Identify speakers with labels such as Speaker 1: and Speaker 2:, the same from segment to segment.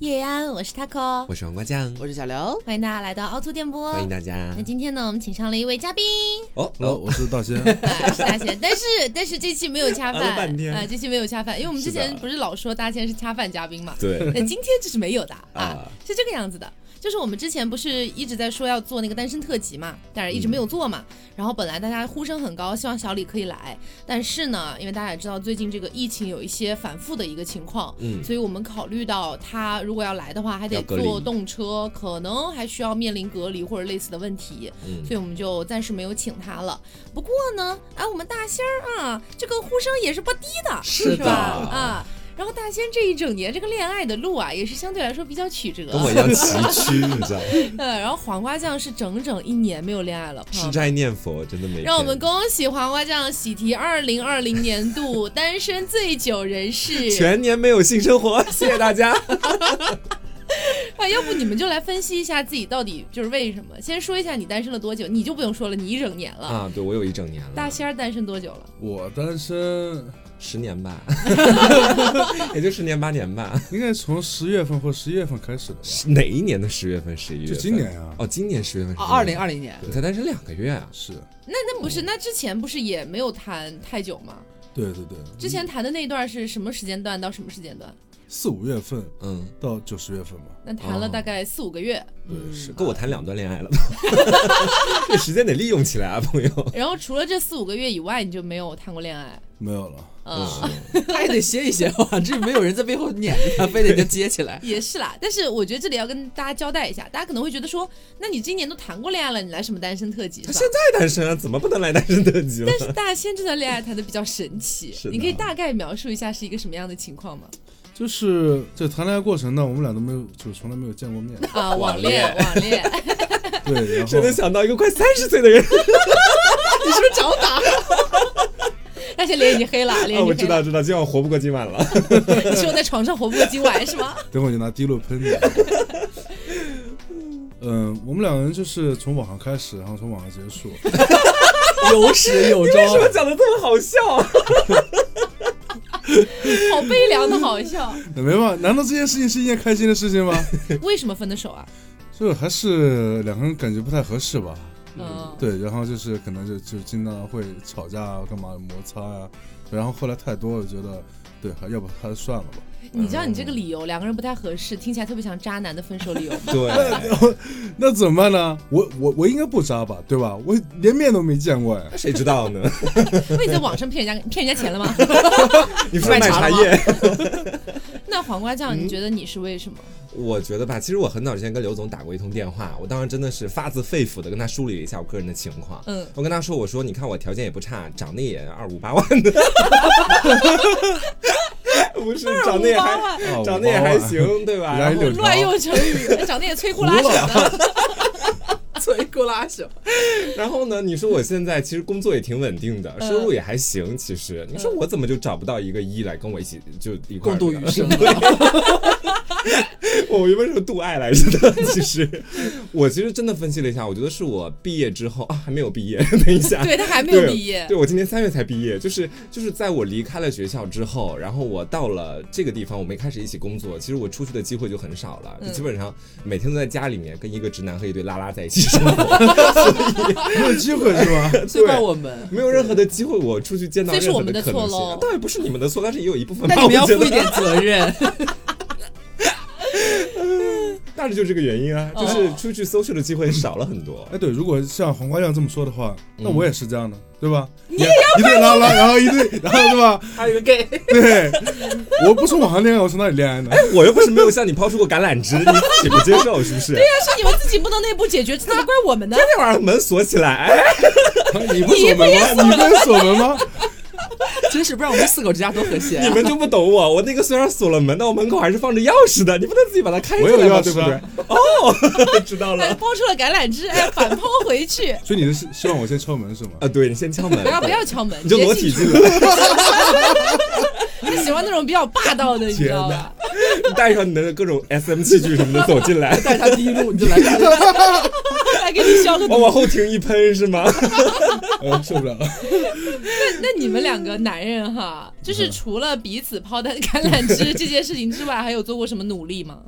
Speaker 1: 叶安，我是 taco，
Speaker 2: 我是黄瓜酱，
Speaker 3: 我是小刘，
Speaker 1: 欢迎大家来到凹凸电波。
Speaker 2: 欢迎大家
Speaker 1: 那。今天呢，我们请上了一位嘉 宾，
Speaker 2: 哦
Speaker 4: 哦，我是大仙，
Speaker 1: 对是大仙，但是但是这期没有恰饭，
Speaker 2: 了半天
Speaker 1: 啊、这期没有恰饭，因为我们之前
Speaker 2: 是的
Speaker 1: 不是老说大仙是恰饭嘉宾嘛，
Speaker 2: 对，
Speaker 1: 呃那今天这是没有的啊
Speaker 2: 啊，
Speaker 1: 是这个样子的。就是我们之前不是一直在说要做那个单身特辑嘛，但是一直没有
Speaker 2: 嗯
Speaker 1: 做嘛。然后本来大家呼声很高，希望小李可以来，但是呢，因为大家也知道最近这个疫情有一些反复的一个情况，
Speaker 2: 嗯
Speaker 1: 所以我们考虑到他如果要来的话，还得
Speaker 2: 要隔离
Speaker 1: 坐动车，可能还需要面临隔离或者类似的问题，
Speaker 2: 嗯
Speaker 1: 所以我们就暂时没有请他了。不过呢，哎，我们大仙儿啊，这个呼声也是不低的，
Speaker 2: 是的
Speaker 1: 吧？啊。然后大仙这一整年这个恋爱的路啊，也是相对来说比较曲折。
Speaker 2: 跟我 一样崎岖，你知道吗？
Speaker 1: 呃，然后黄瓜酱是整整一年没有恋爱了，朋友
Speaker 2: 吃
Speaker 1: 们
Speaker 2: 斋念佛，真的没。
Speaker 1: 让我们 恭喜黄瓜酱喜提二零二零年度单身最久人士。
Speaker 2: 全年没有性生活，谢谢大家。
Speaker 1: 哎，要不你们就来分析一下自己到底就是为什么？先说一下你单身了多久，你就不用说了，你一整年了。
Speaker 2: 啊，对我有一整年了，
Speaker 1: 大仙儿单身多久了？
Speaker 4: 我单身
Speaker 2: 十年吧，也就十年八年吧。
Speaker 4: 应该从十月份或十一月份开始的吧，
Speaker 2: 是哪一年的十月份、十一月
Speaker 4: 就
Speaker 2: 份？
Speaker 4: 今年啊，
Speaker 2: 哦，今年十月份。
Speaker 3: 二零二零年，
Speaker 2: 你才单身两个月啊？
Speaker 4: 是，
Speaker 1: 那那不是，那之前不是也没有谈太久吗？
Speaker 4: 对对对，
Speaker 1: 之前谈的那段是什么时间段到什么时间段？
Speaker 4: 四五月份
Speaker 2: 嗯，
Speaker 4: 到九十月份吧，
Speaker 1: 那谈了大概四五个月，
Speaker 2: 对，是嗯够我谈两段恋爱了吧？ 这时间得利用起来啊，朋友。
Speaker 1: 然后除了这四五个月以外，你就没有谈过恋爱。
Speaker 4: 没有了，
Speaker 1: 嗯，。
Speaker 3: 他还得歇一歇哇，这没有人在背后撵着他，非得给他接起来
Speaker 1: 也是啦。但是我觉得这里要跟大家交代一下，大家可能会觉得说，那你今年都谈过恋爱了，你来什么单身特辑是
Speaker 2: 他
Speaker 1: 吧
Speaker 2: 现？在单身啊，怎么不能来单身特辑了
Speaker 1: 但？是大仙这段恋爱谈的比较神奇
Speaker 2: 是，的
Speaker 1: 你可以大概描述一下是一个什么样的情况吗？
Speaker 4: 就是在谈恋爱过程呢，我们俩都没有，就是从来没有见 过面，
Speaker 1: 啊，网
Speaker 2: 网
Speaker 1: 恋
Speaker 2: 恋，
Speaker 1: 网恋，
Speaker 4: 对，然后
Speaker 2: 谁能想到一个快三十岁的人？
Speaker 1: 你是不是找打？ 大仙脸已经黑了，脸
Speaker 2: 啊，
Speaker 1: 已
Speaker 2: 我
Speaker 1: 经黑
Speaker 2: 知道，
Speaker 1: 了。
Speaker 2: 知道，今晚我活不过今晚 了。
Speaker 1: 你说我在床上活不过今晚是吗？
Speaker 4: 等会儿就拿滴露 喷你。嗯，我们两个人就是从网上开始，然后从网上结束，
Speaker 3: 有始有终
Speaker 2: 为，什么讲的这么好笑啊？
Speaker 1: 好悲凉的好 笑。
Speaker 4: 没办法，难道这件事情是一件开心的事情吗？
Speaker 1: 为什么分的手啊？
Speaker 4: 就还是两个人感觉不太合适吧。
Speaker 1: 嗯，
Speaker 4: 对，然后就是可能就就经常会吵架啊，干嘛摩擦啊，然后后来太多了，觉得对，还要不还是算了吧。
Speaker 1: 你知道你这个理由，两个人不太合适，听起来特别像渣男的分手理由吗？
Speaker 2: 对，
Speaker 4: 那怎么办呢？我我我应该不渣吧，对吧？我连面都没见过哎。
Speaker 2: 谁知道 呢？
Speaker 1: 那你在网上骗人家骗人家钱了吗？
Speaker 2: 你说卖茶叶？
Speaker 1: 那黄瓜酱，
Speaker 2: 嗯
Speaker 1: 你觉得你是为什么？
Speaker 2: 我觉得吧，其实我很早之前跟刘总打过一通电话，我当时真的是发自肺腑的跟他梳理了一下我个人的情况。
Speaker 1: 嗯
Speaker 2: 我跟他说，我说你看我条件也不差，长得也二五八万 的，不是长得也
Speaker 1: 五八
Speaker 2: 还
Speaker 1: 万
Speaker 4: 啊
Speaker 2: 长得也还，行，对吧？
Speaker 4: 人家
Speaker 2: 然
Speaker 4: 一
Speaker 2: 后
Speaker 4: 六
Speaker 1: 乱用成语，长得也摧枯拉朽的。
Speaker 3: 摧枯拉朽。
Speaker 2: 然后呢，你说我现在其实工作也挺稳定的，收入也还行，其实你说我怎么就找不到一个一来跟我一起就一块儿
Speaker 3: 共度
Speaker 2: 呢
Speaker 3: 余生
Speaker 2: 对 我原本说度爱来着的，其实 我其实真的分析了一下，我觉得是我毕业之后啊，还没有毕业， 等一下，
Speaker 1: 对他还没有毕业
Speaker 2: 啊对，对我今年三月才毕业，就是就是在我离开了学校之后，然后我到了这个地方，我们开始一起工作，其实我出去的机会就很少了，就基本上每天都在家里面跟一个直男和一对拉拉在一起生活，
Speaker 4: 没有机会是 吧？
Speaker 3: 最怪我们，
Speaker 2: 没有任何的机会我出去见到
Speaker 1: 所以是
Speaker 2: 任何
Speaker 1: 我们的
Speaker 2: 可能
Speaker 1: 错
Speaker 2: 性
Speaker 1: 咯
Speaker 2: 当然不是你们的错，但是也有一部分吧。
Speaker 3: 那你们要
Speaker 2: 我觉
Speaker 3: 负
Speaker 2: 得，
Speaker 3: 一点责任。
Speaker 2: 大致就这个原因
Speaker 1: 哦
Speaker 2: 啊，就是出去 social 的机会少了很多。
Speaker 4: 哎，对，如果像黄瓜酱这么说的话，那我也是这样的，对吧？你一对拉拉，然后一对，然后对吧？
Speaker 3: 还有个 gay，
Speaker 4: 对，我不从网上恋爱，我从哪里恋爱呢？
Speaker 2: 我又不是没有向你抛出过橄榄枝，你接不接受？是 不是？
Speaker 1: 但啊是你们自己不能内部解决，这怎么怪我们呢？
Speaker 2: 那玩意儿门锁起来，哎，
Speaker 4: 啊你不锁门吗？你不也锁门吗？
Speaker 3: 真是不让我们四口之家多和谐啊。
Speaker 2: 你们就不懂我。我那个虽然锁了门，但我门口还是放着钥匙的，你不能自己把它开
Speaker 4: 我
Speaker 2: 起
Speaker 4: 有
Speaker 2: 来吧？
Speaker 4: 钥
Speaker 2: 对
Speaker 4: 匙
Speaker 2: 不对
Speaker 4: 啊？
Speaker 2: 哦， 知道
Speaker 1: 哎
Speaker 2: 了。
Speaker 1: 抛出了橄榄枝，哎，反抛回去。
Speaker 4: 所以你是希望我先敲门 是吗？
Speaker 2: 啊，对你先敲门，
Speaker 1: 不要不
Speaker 2: 对
Speaker 1: 要敲门，
Speaker 2: 你就
Speaker 1: 直接
Speaker 2: 裸体
Speaker 1: 进
Speaker 2: 进来，
Speaker 1: 去。他喜欢那种比较霸道的，你知道吧？
Speaker 2: 你带上你的各种 SM 器具什么的走进来
Speaker 3: 。带他第一路你就来，
Speaker 1: 还给你消个毒
Speaker 2: 我。往后停一喷是吗？
Speaker 4: 呃，受不了了。
Speaker 1: 那你们两个男人哈，
Speaker 2: 嗯
Speaker 1: 就是除了彼此抛弹橄榄枝这件事情之外，还有做过什么努力吗？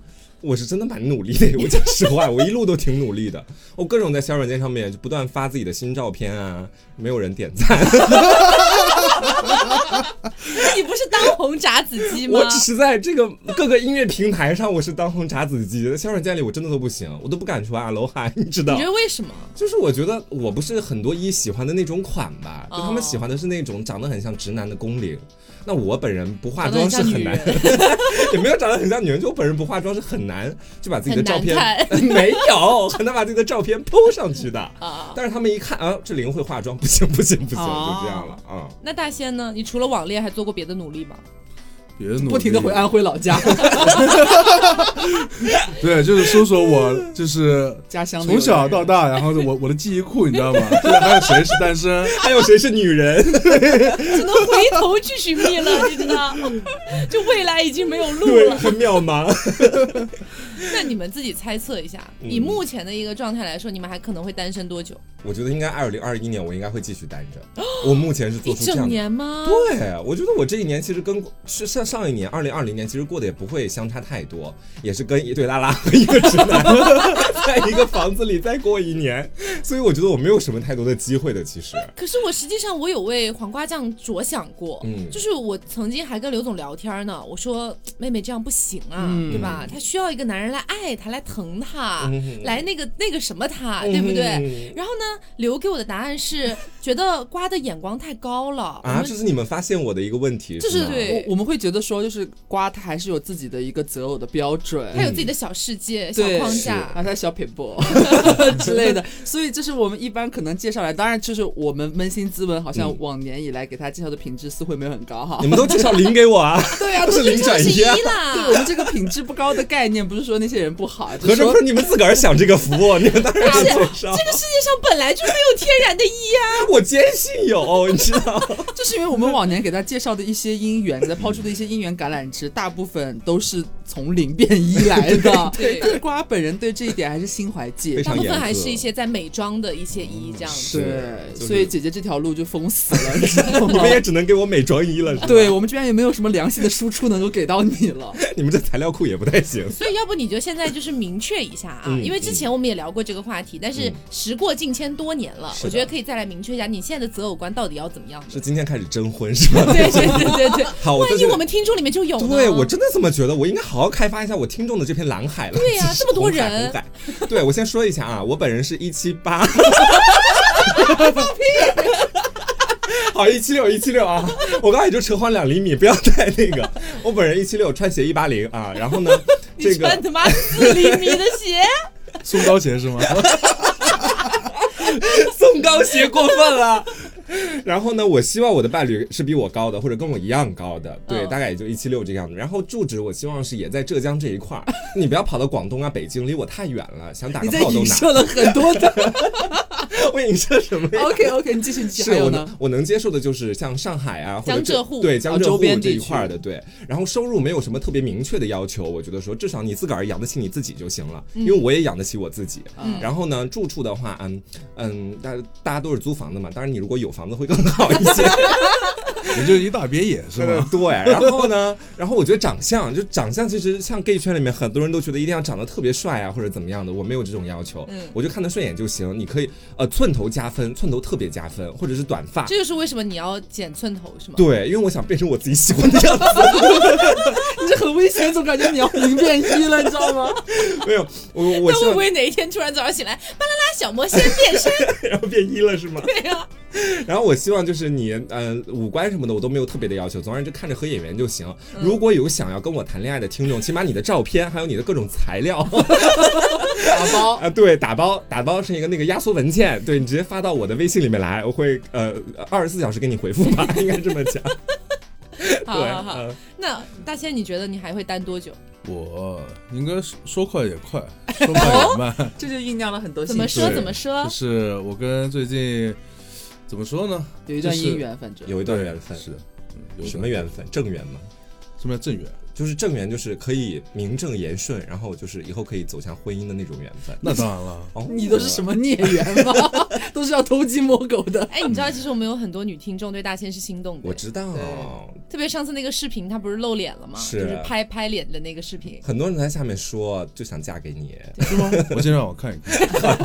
Speaker 2: 我是真的蛮努力的，我讲实话，我一路都挺努力的。我各种在小软件上面就不断发自己的新照片啊，没有人点赞，
Speaker 1: 你不是当红炸子鸡吗
Speaker 2: 我？只是在这个各个音乐平台上我是当红炸子鸡，在小软件里我真的都不行，我都不敢说啊楼哈，你知道
Speaker 1: 你觉？得为什么？
Speaker 2: 就是我觉得我不是很多一喜欢的那种款吧，就他
Speaker 1: 哦
Speaker 2: 们喜欢的是那种长得很像直男的工龄。那我本人不化
Speaker 1: 长得很
Speaker 2: 妆是
Speaker 1: 像
Speaker 2: 很
Speaker 1: 女
Speaker 2: 难
Speaker 1: 人，
Speaker 2: 也没有长得很像女人，就我本人不化妆是很难就把自己的
Speaker 1: 很
Speaker 2: 照
Speaker 1: 难
Speaker 2: 片
Speaker 1: 看
Speaker 2: 没有很难把自己的照片 PO 上去的。
Speaker 1: 啊。
Speaker 2: 但是他们一看啊，这玲会化妆，不行不行不行，
Speaker 1: 哦
Speaker 2: 就这样了啊。
Speaker 1: 那大仙呢？你除了网恋还做过别的努力吗？
Speaker 4: 别努力
Speaker 3: 不停的回安徽老家
Speaker 4: 对，就是搜索我，就是
Speaker 3: 家乡的
Speaker 4: 从小到大，然后我我的记忆库，你知道吗？就是还有谁是单身？
Speaker 2: 还有谁是女 人？
Speaker 1: 只能回头去寻觅了，你知道？ 就未来已经没有路
Speaker 2: 对，
Speaker 1: 了。
Speaker 2: 很渺茫。
Speaker 1: 那你们自己猜测一下，
Speaker 2: 嗯
Speaker 1: 以目前的一个状态来说，你们还可能会单身多久？
Speaker 2: 我觉得应该二零二一年我应该会继续单 着。我目前是
Speaker 1: 一
Speaker 2: 做出这
Speaker 1: 整
Speaker 2: 样的。
Speaker 1: 年吗？
Speaker 2: 对，我觉得我这一年其实跟是上上一年二零二零年其实过得也不会相差太多，也是跟一对拉拉和一个直男 在一个房子里再过一年，所以我觉得我没有什么太多的机会的。其实，
Speaker 1: 可是我实际上我有为黄瓜酱着想过，
Speaker 2: 嗯
Speaker 1: 就是我曾经还跟刘总聊天呢，我说妹妹这样不行啊，对吧？她需要一个男人来爱她，来疼她，
Speaker 2: 嗯
Speaker 1: 来那个那个什么她，对不对？
Speaker 2: 嗯
Speaker 1: 然后呢，刘给我的答案是觉得瓜的眼光太高了，我
Speaker 2: 啊，
Speaker 1: 们
Speaker 2: 这是啊你们发现我的一个问题，
Speaker 1: 这是
Speaker 2: 吗
Speaker 1: 对
Speaker 3: 我我们会觉得说，就是瓜他还是有自己的一个择偶的标
Speaker 2: 嗯
Speaker 3: 准，
Speaker 1: 他有自己的小世界、小
Speaker 3: 对
Speaker 1: 框
Speaker 3: 啊，
Speaker 1: 架。
Speaker 3: 他小 撇步 之类的，所以这是我们一般可能介绍来，当然就是我们扪心自问，好像往年以来给他介绍的品质似乎也没有很高哈
Speaker 2: 你。们都介绍零给 我啊，
Speaker 3: 对啊，
Speaker 2: 都 是
Speaker 3: 就是
Speaker 2: 零
Speaker 1: 这
Speaker 2: 转
Speaker 1: 是
Speaker 2: 移
Speaker 1: 一
Speaker 2: 啊。
Speaker 3: 对
Speaker 1: 啦，
Speaker 3: 我们这个品质不高的概念，不是说那些人 不好，就
Speaker 2: 合
Speaker 3: 是
Speaker 2: 着
Speaker 3: 说
Speaker 2: 不是你们自个儿想这个服务，你们当然要
Speaker 1: 不是
Speaker 2: 介绍。
Speaker 1: 这个世界上本来就没有天然的一啊。
Speaker 2: 我坚信有，你知道？
Speaker 3: 就是因为我们往年给他介绍的一些姻缘，给他抛出的一些姻缘橄榄枝， 大部分都是从零变一来 的。
Speaker 1: 对 对
Speaker 3: 但是瓜本人对这一点还是心怀
Speaker 2: 非
Speaker 3: 戒
Speaker 1: 大
Speaker 3: 备。
Speaker 2: 常
Speaker 1: 部
Speaker 2: 严
Speaker 1: 分
Speaker 2: 格
Speaker 1: 还是一些在美妆的一些一这样子。
Speaker 3: 对，
Speaker 2: 就是
Speaker 3: 所以姐姐这条路就封死了，你知道
Speaker 2: 你
Speaker 3: 吗
Speaker 2: 们？也只能给我美妆衣了，是吧？
Speaker 3: 对，我们这边也没有什么良性的输出能够给到你了。
Speaker 2: 你们这材料库也不太行。
Speaker 1: 所以，要不你就现在就是明确一下啊，
Speaker 2: 嗯
Speaker 1: 因为之前我们也聊过这个话题，但是时过境迁多年了，
Speaker 2: 是的
Speaker 1: 我觉得可以再来明确一下你现在的择偶观到底要怎么样的。
Speaker 2: 是今天开始征婚是吗？
Speaker 1: 对对对对对，
Speaker 2: 好，我在
Speaker 1: 万一
Speaker 2: 这
Speaker 1: 我们听众里面就有呢？
Speaker 2: 对我真的这么觉得，我应该好好开发一下我听众的这片蓝海了。
Speaker 1: 对 呀
Speaker 2: 真是
Speaker 1: 这么多
Speaker 2: 红海
Speaker 1: 人
Speaker 2: 红海对我先说一下啊，我本人是一七八， 好一七六一七六啊！我刚才也就扯谎两厘米，不要太那个。我本人一七六，穿鞋一八零啊。然后呢，这
Speaker 1: 你
Speaker 2: 个
Speaker 1: 穿他妈四厘米的 鞋，
Speaker 4: 松糕鞋是吗？
Speaker 2: 松糕鞋过分了。 然后呢，我希望我的伴侣是比我高的，或者跟我一样高的，对，
Speaker 1: 嗯
Speaker 2: 大概也就一七六这个样子。然后住址我希望是也在浙江这一块儿，你不要跑到广东啊、北京，离我太远了，想打
Speaker 3: 你
Speaker 2: 个
Speaker 3: 在
Speaker 2: 炮都
Speaker 3: 影
Speaker 2: 难。
Speaker 3: 射了很多的。
Speaker 2: 我影射什么呀？
Speaker 3: OK OK，你继续，你继续。
Speaker 2: 是
Speaker 3: 还有
Speaker 2: 我
Speaker 3: 呢？
Speaker 2: 能我能接受的就是像上海啊，或者
Speaker 1: 江浙
Speaker 2: 这
Speaker 1: 沪
Speaker 2: 对江浙
Speaker 3: 哦周
Speaker 2: 沪
Speaker 3: 边
Speaker 2: 这
Speaker 3: 地
Speaker 2: 一
Speaker 3: 区
Speaker 2: 块儿的对，然后收入没有什么特别明确的要求，我觉得说至少你自个儿养得起你自己就行了，因为我也养得起我自己。
Speaker 3: 嗯
Speaker 2: 然后呢，住处的话，嗯嗯，大大家都是租房的嘛，当然你如果有房子会更好一 些。嗯
Speaker 4: 也就一大别野是吗？
Speaker 2: 对，然后呢，然后我觉得长相，就长相其实像 gay 圈里面很多人都觉得一定要长得特别帅啊，或者怎么样的，我没有这种要求，
Speaker 1: 嗯
Speaker 2: 我就看得顺眼就行。你可以呃寸头加分，寸头特别加分，或者是短发。
Speaker 1: 这就是为什么你要剪寸头是吗？
Speaker 2: 对，因为我想变成我自己喜欢的样子。
Speaker 3: 你这很危险，总感觉你要零变一了，你知道吗？
Speaker 2: 没有，我 我
Speaker 1: 那会
Speaker 2: 希
Speaker 1: 不
Speaker 2: 望
Speaker 1: 会哪一天突然早上醒来，巴啦啦小魔仙变身？
Speaker 2: 然后变一了是吗？
Speaker 1: 对啊，
Speaker 2: 然后我希望就是你，呃，五官什么的我都没有特别的要求，总而言之看着合眼缘就行。
Speaker 1: 嗯
Speaker 2: 如果有想要跟我谈恋爱的听众，请把你的照片还有你的各种材料
Speaker 3: 打包。
Speaker 2: 啊，对，打包打包成一个那个压缩文件，对你直接发到我的微信里面来，我会呃二十四小时给你回复吧，应该这么讲。
Speaker 1: 好好
Speaker 2: 对
Speaker 1: 好，
Speaker 2: 嗯
Speaker 1: 那大仙你觉得你还会单多久？
Speaker 4: 我应该说说快也快，说慢也慢。
Speaker 3: 这 就酝酿了
Speaker 2: 呃
Speaker 3: 很多
Speaker 1: 怎
Speaker 3: 心
Speaker 1: 么
Speaker 3: 事，
Speaker 1: 说
Speaker 4: 对
Speaker 1: 怎么
Speaker 4: 就
Speaker 1: 说？
Speaker 4: 是我跟最近怎么说呢？
Speaker 3: 有一段
Speaker 4: 就是
Speaker 3: 姻缘，反正
Speaker 2: 有一段缘分，
Speaker 4: 是嗯有
Speaker 2: 什么缘分？正缘吗？
Speaker 4: 什么叫正缘？
Speaker 2: 就是正缘就是可以名正言顺，然后就是以后可以走向婚姻的那种缘分。
Speaker 4: 那当然了，
Speaker 2: 哦，
Speaker 3: 你都是什么孽缘 吗？都是要偷鸡摸狗的。
Speaker 1: 哎，你知道，其实我们有很多女听众对大千是心动的，
Speaker 2: 我知道，
Speaker 1: 特别上次那个视频，她不是露脸了吗？
Speaker 2: 是啊
Speaker 1: 就是拍拍脸的那个视频。
Speaker 2: 很多人在下面说就想嫁给你，
Speaker 4: 是吗？ 我先让我看一看，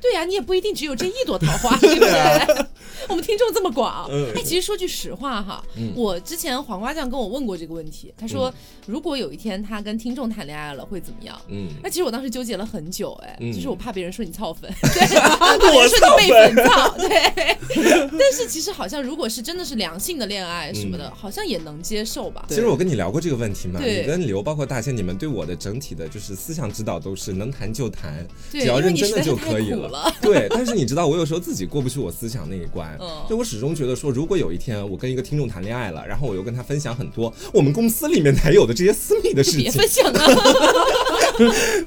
Speaker 1: 对呀、你也不一定只有这一朵桃 花，对不对？ 我们听众这么广，
Speaker 2: 啊嗯
Speaker 1: 哎，其实说句实话哈，我之前黄瓜酱跟我问过这个问题，他说、如果有一天他跟听众谈恋爱了会怎么样？
Speaker 2: 嗯，
Speaker 1: 那其实我当时纠结了很久，哎，
Speaker 2: 嗯
Speaker 1: 就是我怕别人说你操 粉，对，怕别人说你被粉操，对。但是其实好像如果是真的是良性的恋爱什么
Speaker 2: 嗯
Speaker 1: 的，好像也能接受吧。
Speaker 2: 其实我跟你聊过这个问题嘛，
Speaker 1: 对
Speaker 2: 你跟刘包括大仙，你们对我的整体的就是思想指导都是能谈就谈，
Speaker 1: 对
Speaker 2: 只要
Speaker 1: 因为
Speaker 2: 认
Speaker 1: 你
Speaker 2: 真
Speaker 1: 实在
Speaker 2: 的
Speaker 1: 是
Speaker 2: 就
Speaker 1: 太
Speaker 2: 可以
Speaker 1: 苦了
Speaker 2: 对，但是你知道，我有时候自己过不去我思想那一关
Speaker 1: 嗯，
Speaker 2: 就我始终觉得说，如果有一天我跟一个听众谈恋爱了，然后我又跟他分享很多我们公司里面才有的这些私密的事
Speaker 1: 别
Speaker 2: 情
Speaker 1: 分，享啊！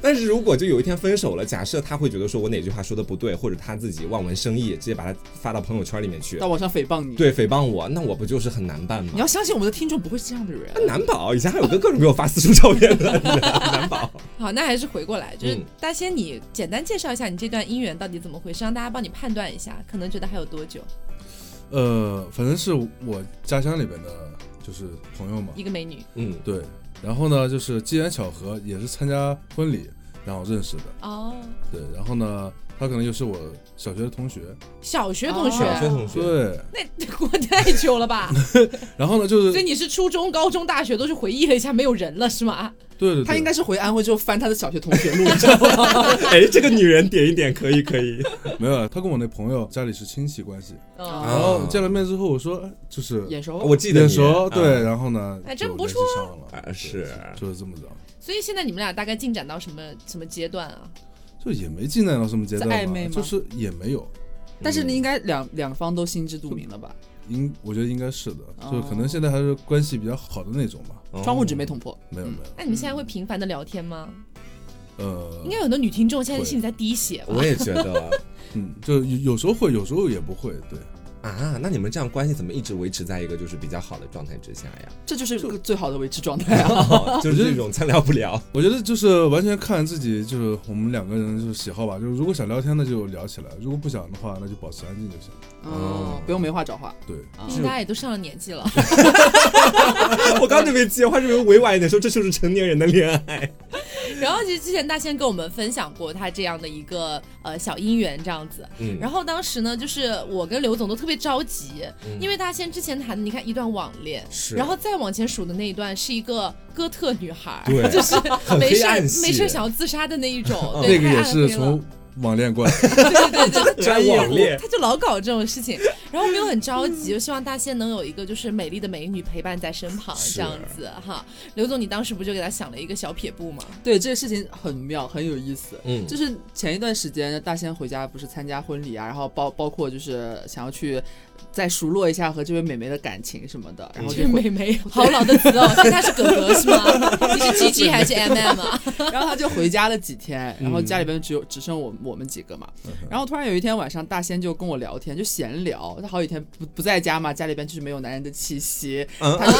Speaker 2: 但是如果就有一天分手了，假设他会觉得说我哪句话说的不对，或者他自己望文生义，直接把它发到朋友圈里面去
Speaker 3: 到，网上诽谤你，
Speaker 2: 对，诽谤我，那我不就是很难办吗
Speaker 3: 你？要相信我们的听众不会是这样的人。
Speaker 2: 难保以前还有个各种给我发私处照片的，难保。
Speaker 1: 好，那还是回过来，就是
Speaker 2: 嗯
Speaker 1: 大仙，你简单介绍一下你这段姻缘到底怎么回事，让大家帮你判断一下，可能觉得还有多久？
Speaker 4: 呃，反正是我家乡里边的，就是朋友嘛，
Speaker 1: 一个美女
Speaker 2: 嗯，
Speaker 4: 对，然后呢，就是机缘巧合，也是参加婚礼，然后认识的，
Speaker 1: 哦，
Speaker 4: 对，然后呢，他可能又是我小学的同学，
Speaker 1: 小学同学，
Speaker 2: 小学同学，
Speaker 4: 对，
Speaker 1: 那过太久了 吧？
Speaker 4: 然后呢，就是
Speaker 1: 所以
Speaker 4: 对
Speaker 1: 你是初中、高中、大学都是回忆了一下，没有人了是吗？
Speaker 4: 对对，
Speaker 3: 他应该是回安徽之后翻他的小学同学 录，你知道吗？
Speaker 2: 哎，这个女人点一点可以可以，
Speaker 4: 没有，啊他跟我那朋友家里是亲戚关系，
Speaker 1: 哦。
Speaker 4: 然后见了面之后，我说哎就是
Speaker 3: 眼 熟，
Speaker 2: 啊我记得
Speaker 4: 眼
Speaker 2: 你
Speaker 4: 熟，对，
Speaker 2: 啊
Speaker 4: 然后呢，
Speaker 1: 哎真
Speaker 4: 就
Speaker 1: 不
Speaker 4: 联系
Speaker 1: 错
Speaker 4: 上了，
Speaker 2: 啊是
Speaker 4: 就是这么着，
Speaker 1: 所以现在你们俩大概进展到什么什么阶段啊？
Speaker 4: 就也没进展到什么阶段
Speaker 3: 在暧昧
Speaker 4: 嘛，
Speaker 3: 吗
Speaker 4: 就是也没有，
Speaker 3: 但是你应该两两方都心知肚明了吧？
Speaker 4: 应我觉得应该是的，
Speaker 3: 哦
Speaker 4: 就是可能现在还是关系比较好的那种吧，
Speaker 2: 哦
Speaker 3: 窗户纸没捅破，
Speaker 4: 没有没有，
Speaker 1: 那你们现
Speaker 2: 嗯
Speaker 1: 在会频繁的聊天吗？
Speaker 4: 呃
Speaker 1: 嗯应，该有很多女听众现在心里在滴血吧
Speaker 2: 我？也觉得
Speaker 4: 嗯，就有有时候会，有时候也不会，对，
Speaker 2: 啊，那你们这样关系怎么一直维持在一个就是比较好的状态之下呀？
Speaker 3: 这就是个最好的维持状态啊！
Speaker 2: 哦就是这种参聊不聊，
Speaker 4: 我觉得就是完全看自己，就是我们两个人就是喜好吧，就是如果想聊天那就聊起来，如果不想的话那就保持安静就行，
Speaker 3: 嗯，不用没话找话。
Speaker 4: 对。
Speaker 1: 毕竟大家也都上了年纪了，
Speaker 2: 我刚准备接话，是不是委婉一点说这就是成年人的恋爱？
Speaker 1: 然后其实之前大仙跟我们分享过他这样的一个呃小姻缘这样子，
Speaker 2: 嗯
Speaker 1: 然后当时呢，就是我跟刘总都特别着急，因为大仙之前谈的你看一段网恋，
Speaker 2: 嗯是
Speaker 1: 然后再往前数的那一段是一个哥特女孩，
Speaker 2: 对
Speaker 1: 就是
Speaker 2: 很
Speaker 1: 没
Speaker 2: 黑
Speaker 1: 事儿
Speaker 2: 暗
Speaker 1: 没
Speaker 2: 系
Speaker 1: 事儿想要自杀的那一种，
Speaker 2: 嗯
Speaker 1: 哦对
Speaker 4: 那
Speaker 1: 太
Speaker 4: 个也
Speaker 1: 暗黑
Speaker 4: 是
Speaker 1: 了
Speaker 4: 从网恋过来的，
Speaker 1: 对对对对，
Speaker 2: 专业网恋
Speaker 1: 他就老搞这种事情。然后我们又很着急，就希望大仙能有一个就是美丽的美女陪伴在身旁，
Speaker 2: 是
Speaker 1: 这样子哈。刘总，你当时不就给他想了一个小撇步吗？
Speaker 3: 对，这个事情很妙，很有意思。
Speaker 2: 嗯
Speaker 3: 就是前一段时间，大仙回家不是参加婚礼啊，然后包包括就是想要去再熟络一下和这位美眉的感情什么的，然后
Speaker 1: 这
Speaker 3: 就
Speaker 1: 个
Speaker 3: 回
Speaker 1: 美眉，好老的词哦，所以他是哥哥 是吗？你是 G G 还是 M M 啊？
Speaker 3: 然后他就回家了几天，
Speaker 2: 嗯
Speaker 3: 然后家里边只有只剩我我们几个嘛。然后突然有一天晚上，大仙就跟我聊天，就闲聊。他好几天不不在家嘛，家里边就是没有男人的气息。
Speaker 2: 嗯
Speaker 3: 他就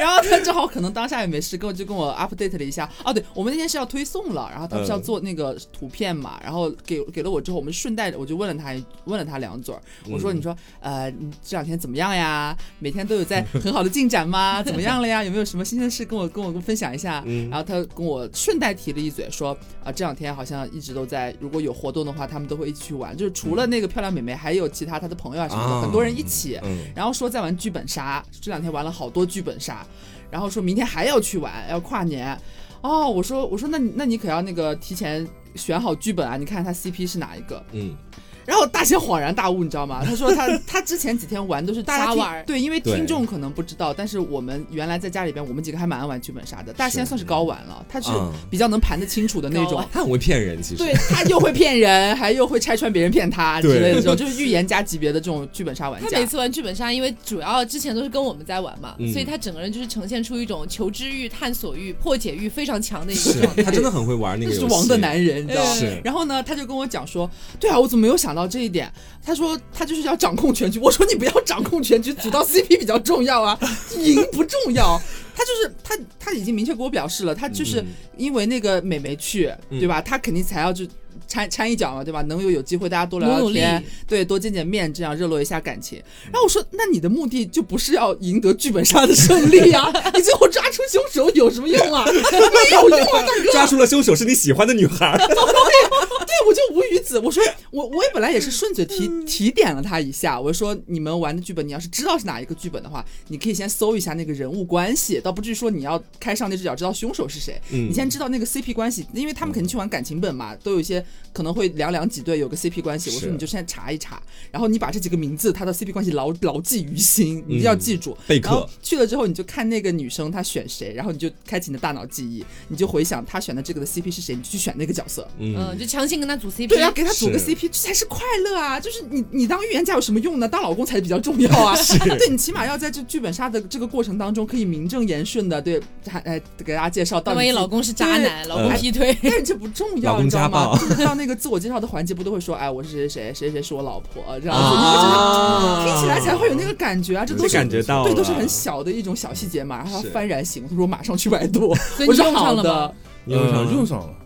Speaker 3: 然后他正好可能当下也没事，跟我就跟我 update 了一下。哦，对，我们那天是要推送了，然后他不是要
Speaker 2: 嗯
Speaker 3: 做那个图片嘛，然后给给了我之后，我们顺带着我就问了他一问了他两嘴儿，我说
Speaker 2: 嗯
Speaker 3: 你说呃你这两天怎么样呀？每天都有在很好的进展吗？怎么样了呀？有没有什么新鲜事跟我跟我分享一下？
Speaker 2: 嗯
Speaker 3: 然后他跟我顺带提了一嘴，说啊，这两天好像一直都在，如果有活动的话，他们都会一起去玩。就是除了那个漂亮美眉，还有其他她的朋友啊什么的，
Speaker 2: 嗯啊
Speaker 3: 很多人一起。
Speaker 2: 嗯，
Speaker 3: 然后说在玩剧本杀，这两天玩了好多剧本杀，然后说明天还要去玩，要跨年。哦，我说我说那你那你可要那个提前选好剧本啊，你看他 CP 是哪一个？
Speaker 2: 嗯
Speaker 3: 然后大仙恍然大悟，你 知道吗？他说他他之前几天玩都是大家
Speaker 1: 瞎
Speaker 3: 听
Speaker 1: 玩儿
Speaker 3: 对，因为
Speaker 2: 对
Speaker 3: 听众可能不知道，但是我们原来在家里边，我们几个还蛮爱玩剧本杀的。大仙算是高玩了，他是
Speaker 2: 嗯
Speaker 3: 比较能盘得清楚的那
Speaker 1: 高
Speaker 3: 种
Speaker 1: 玩。
Speaker 2: 他很会骗人，其实
Speaker 3: 对他又会骗人，还又会拆穿别人骗他之
Speaker 2: 对
Speaker 3: 类的这种，就是预言家级别的这种剧本杀玩
Speaker 1: 他
Speaker 3: 家
Speaker 1: 每。次玩剧本杀，因为主要之前都是跟我们在玩嘛，
Speaker 2: 嗯
Speaker 1: 所以他整个人就是呈现出一种求知欲、探索欲、破解欲非常强的一个
Speaker 2: 是啊
Speaker 1: 状态。
Speaker 2: 他真的很会玩那
Speaker 3: 那
Speaker 2: 个游
Speaker 3: 是
Speaker 2: 戏，
Speaker 3: 王的男人，你知道吗？
Speaker 2: 是
Speaker 3: 然后呢，他就跟我讲说，对啊，我怎么没有想到这一点？他说他就是要 掌控全局。我说你不要掌控全局，组到 CP 比较重要啊，赢不重要。他就是他他已经明确给我表示了，他就是
Speaker 2: 嗯
Speaker 3: 因为那个美眉去，
Speaker 2: 嗯
Speaker 3: 对吧？他肯定才要去掺掺一脚嘛，对吧？能有有机会大家多聊
Speaker 1: 努
Speaker 3: 聊
Speaker 1: 努力，
Speaker 3: 天，对，多见见面，这样热络一下感情。然后我说，那你的目的就不是要赢得剧本杀的胜利呀、 你最后抓出凶手有什么用啊？没有用啊，大哥。
Speaker 2: 抓住了凶手是你喜欢的女孩儿，
Speaker 3: 对，我就无语子。我说我我也本来也是顺嘴提
Speaker 2: 嗯
Speaker 3: 提点了他一下，我说你们玩的剧本，你要是知道是哪一个剧本的话，你可以先搜一下那个人物关系，倒不至于说你要开上帝视角知道凶手是谁。
Speaker 2: 嗯
Speaker 3: 你先知道那个 CP 关系，因为他们肯定去玩感情本嘛，都有一些可能会两两几对有个 CP 关系。我
Speaker 2: 是
Speaker 3: 说你就先查一查，然后你把这几个名字他的 CP 关系牢牢记于心，你一定要
Speaker 2: 嗯
Speaker 3: 记住。
Speaker 2: 备
Speaker 3: 然后
Speaker 2: 课。
Speaker 3: 去了之后，你就看那个女生她选谁，然后你就开启你的大脑记忆，你就回想她选的这个的 CP 是谁，你就去选那个角色。
Speaker 1: 嗯，
Speaker 2: 嗯，
Speaker 1: 就强行跟他组 CP，
Speaker 3: 对啊，给他组个
Speaker 2: 是
Speaker 3: CP，这才是快乐啊！就是你你当预言家有什么用呢？当老公才比较重要啊！ 对你起码要在这剧本杀的这个过程当中，可以名正言顺的对还哎给大家介绍到
Speaker 1: 那万
Speaker 3: 底
Speaker 1: 一
Speaker 3: 自己
Speaker 1: 老。公是渣男，
Speaker 3: 对
Speaker 1: 老公劈腿，
Speaker 3: 但是这不重
Speaker 2: 老
Speaker 3: 要，
Speaker 2: 公
Speaker 3: 你知道
Speaker 2: 家
Speaker 3: 吗
Speaker 2: 暴？
Speaker 3: 就是到那个自我介绍的环节，不都会说，哎，我是谁谁谁，谁谁是我老婆，这样子，
Speaker 2: 啊
Speaker 3: 你就是听起来才会有那个感觉啊！这 都
Speaker 2: 就是感觉到
Speaker 3: 对，
Speaker 2: 了
Speaker 3: 都是很小的一种小细节嘛。然后
Speaker 2: 是
Speaker 3: 他幡然醒悟，他说我马上去百 度，
Speaker 1: 所以
Speaker 3: 我
Speaker 1: 你
Speaker 3: 说
Speaker 1: 用
Speaker 3: 好
Speaker 1: 上了
Speaker 3: 的
Speaker 1: 吗？，
Speaker 2: 你 用上
Speaker 4: 呃
Speaker 2: 了
Speaker 4: 用上了。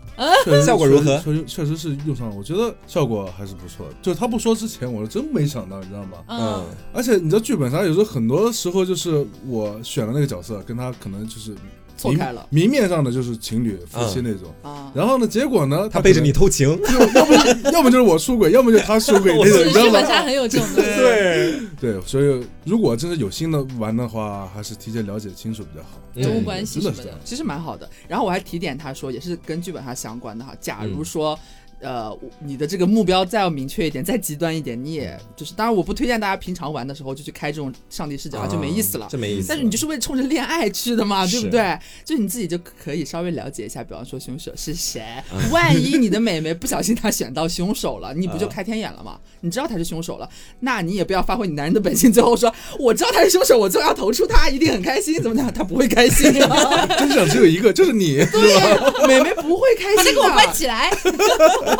Speaker 4: 确
Speaker 2: 嗯
Speaker 4: 实
Speaker 2: 效果如何
Speaker 4: 呃确实确实是用上了，我觉得效果还是不错的。就他不说之前，我是真没想到，你知道吗？
Speaker 1: 嗯，
Speaker 4: 而且你知道剧本杀有时候很多时候就是我选了那个角色，跟他可能就是
Speaker 3: 错开了
Speaker 4: 明，明面上的就是情侣夫妻那种。
Speaker 3: 啊。
Speaker 4: 然后呢，结果呢，
Speaker 2: 嗯他
Speaker 4: 可
Speaker 2: 背着
Speaker 4: 能
Speaker 2: 你，偷情，
Speaker 4: 要不就要么就是我出轨，要么就是他出 轨
Speaker 2: 我
Speaker 4: 那种，
Speaker 1: 是
Speaker 4: 你知道
Speaker 1: 剧本
Speaker 4: 吗？
Speaker 1: 杀很有这种东西。
Speaker 2: 对，
Speaker 4: 对，所以如果真的有心的玩的话，还是提前了解清楚比较好。
Speaker 1: 人物
Speaker 2: 嗯
Speaker 1: 关系
Speaker 4: 真
Speaker 1: 什
Speaker 4: 的
Speaker 1: 么
Speaker 4: 是这
Speaker 1: 的
Speaker 4: 样。
Speaker 3: 其实蛮好的。然后我还提点他说，也是跟剧本杀相关的哈。假如说，呃，你的这个目标再要明确一点，再极端一点，你也就是，当然我不推荐大家平常玩的时候就去开这种上帝视角，啊就没意思了。
Speaker 2: 啊这没意思了。
Speaker 3: 但是你就是为了冲着恋爱去的嘛，对不
Speaker 2: 是
Speaker 3: 对？就你自己就可以稍微了解一下，比方说凶手是谁。万一你的妹妹不小心她选到凶手了，你不就
Speaker 2: 啊
Speaker 3: 开天眼了吗？你知道他是凶手了，那你也不要发挥你男人的本性，最后说我知道他是凶手，我最后要投出他，一定很开心，怎么讲？他不会开心啊的、
Speaker 4: 真相只有一个，就是你。
Speaker 3: 对，美眉不会开
Speaker 1: 把这
Speaker 3: 心
Speaker 1: 给我搬
Speaker 3: 的。
Speaker 1: 起来，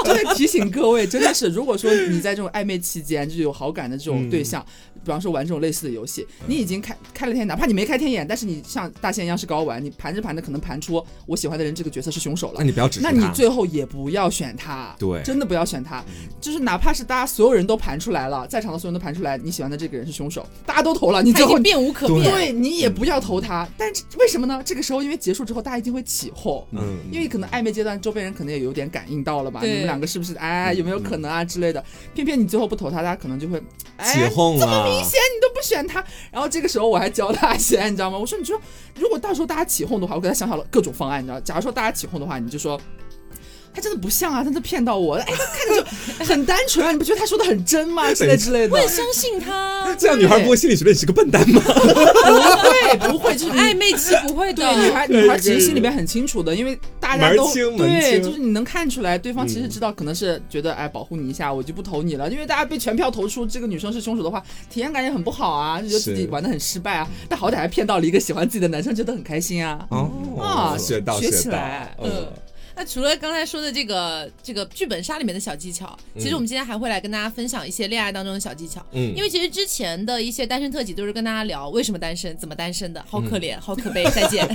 Speaker 3: 真的提醒各位，真的是，如果说你在这种暧昧期间，就是有好感的
Speaker 2: 嗯
Speaker 3: 这种对象，比方说玩这种类似的游戏，
Speaker 1: 嗯
Speaker 3: 你已经开开了天眼，哪怕你没开天眼，但是你像大仙一样是高玩，你盘着盘着可能盘出我喜欢的人这个角色是凶手
Speaker 2: 那
Speaker 3: 了。
Speaker 2: 啊你不要指出
Speaker 3: 那你
Speaker 2: 他
Speaker 3: 最后也不要选他，
Speaker 2: 对嗯
Speaker 3: 真的不要选他，就是哪怕是大家所有人都盘出来了，在场的所有人都盘出来，你喜欢的这个人是凶手，大家都投了，你
Speaker 1: 他
Speaker 3: 最
Speaker 1: 已
Speaker 3: 后
Speaker 1: 经变无可
Speaker 2: 对
Speaker 1: 变。
Speaker 3: 对你也不要投他，但是为什么呢？这个时候因为结束之后大家一定会起哄，
Speaker 2: 嗯
Speaker 3: 因为可能暧昧阶段，周边人可能也有点感应到了吧，
Speaker 1: 对
Speaker 3: 你们两个是不是哎有没有可能啊之类的？偏偏你最后不投他，大家可能就会哎
Speaker 2: 起哄
Speaker 3: 这
Speaker 2: 啊
Speaker 3: 么明显你都不选他，然后这个时候我还教大贤，你知道吗？我说你说如果到时候大家起哄的话，我给他想好了各种方案，你知道，假如说大家起哄的话，你就说。他真的不像啊，他在骗到我，哎，看着就很单纯啊，你不觉得他说的很真吗？之类之类的，
Speaker 1: 会相信他，
Speaker 2: 这样女孩不会心里觉得你是个笨蛋吗？
Speaker 3: 不会不会，就是你
Speaker 1: 暧昧期不会的。
Speaker 3: 对，女孩女孩其实心里边很清楚的，因为大家都
Speaker 2: 门清门
Speaker 3: 对，
Speaker 2: 清嗯
Speaker 3: 就是你能看出来，对方其实知道，可能是觉得哎保护你一下，我就不投你了，因为大家被全票投出这个女生是凶手的话，体验感也很不好啊，就觉得自己
Speaker 2: 是
Speaker 3: 玩的很失败啊。但好歹还骗到了一个喜欢自己的男生，觉得很开心啊。
Speaker 2: 哦
Speaker 3: 啊
Speaker 2: 学到
Speaker 3: 学起
Speaker 2: 到
Speaker 3: 来，
Speaker 2: 嗯
Speaker 1: 嗯，那除了刚才说的这个这个剧本杀里面的小技巧，其实我们今天还会来跟大家分享一些恋爱当中的小技巧。
Speaker 2: 嗯
Speaker 1: 因为其实之前的一些单身特辑都是跟大家聊为什么单身、怎么单身的，好可
Speaker 2: 嗯
Speaker 1: 怜、好可悲，再 见，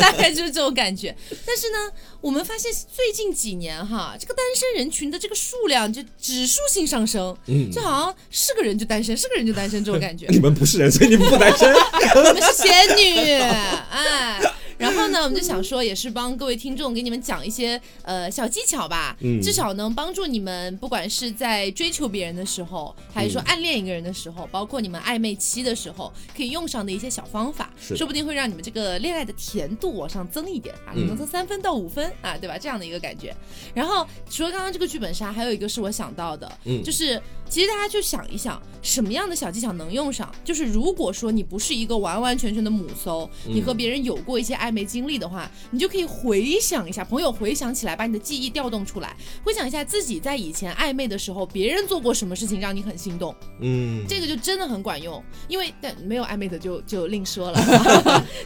Speaker 1: 大概就是这种感觉。但是呢，我们发现最近几年哈，这个单身人群的这个数量就指数性上升，
Speaker 2: 嗯
Speaker 1: 就好像是个人就单身，是个人就单身这种感觉。
Speaker 2: 你们不是人，所以你们不单身。
Speaker 1: 我们是仙女，哎。然后呢，我们就想说，也是帮各位听众给你们讲一些呃小技巧吧，
Speaker 2: 嗯
Speaker 1: 至少能帮助你们，不管是在追求别人的时候，还是
Speaker 2: 嗯
Speaker 1: 说暗恋一个人的时候，包括你们暧昧期的时候，可以用上的一些小方法，
Speaker 2: 是的
Speaker 1: 说不定会让你们这个恋爱的甜度往上增一点啊，
Speaker 2: 嗯
Speaker 1: 可能从三分到五分啊，对吧？这样的一个感觉。然后除了刚刚这个剧本杀，还有一个是我想到的，
Speaker 2: 嗯
Speaker 1: 就是其实大家去想一想，什么样的小技巧能用上？就是如果说你不是一个完完全全的母搜，你和别人有过一些暧昧经历的话，你就可以回想一下，朋友回想起来，把你的记忆调动出来，回想一下自己在以前暧昧的时候，别人做过什么事情让你很心动，
Speaker 2: 嗯，
Speaker 1: 这个就真的很管用。因为但没有暧昧的就就另说了。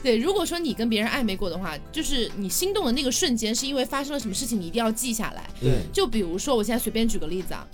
Speaker 1: 对，如果说你跟别人暧昧过的话，就是你心动的那个瞬
Speaker 2: 嗯
Speaker 1: 间，是因为发生了什么事情，你一定要记下来。
Speaker 2: 对，
Speaker 1: 就比如说，我现在随便举个例子啊。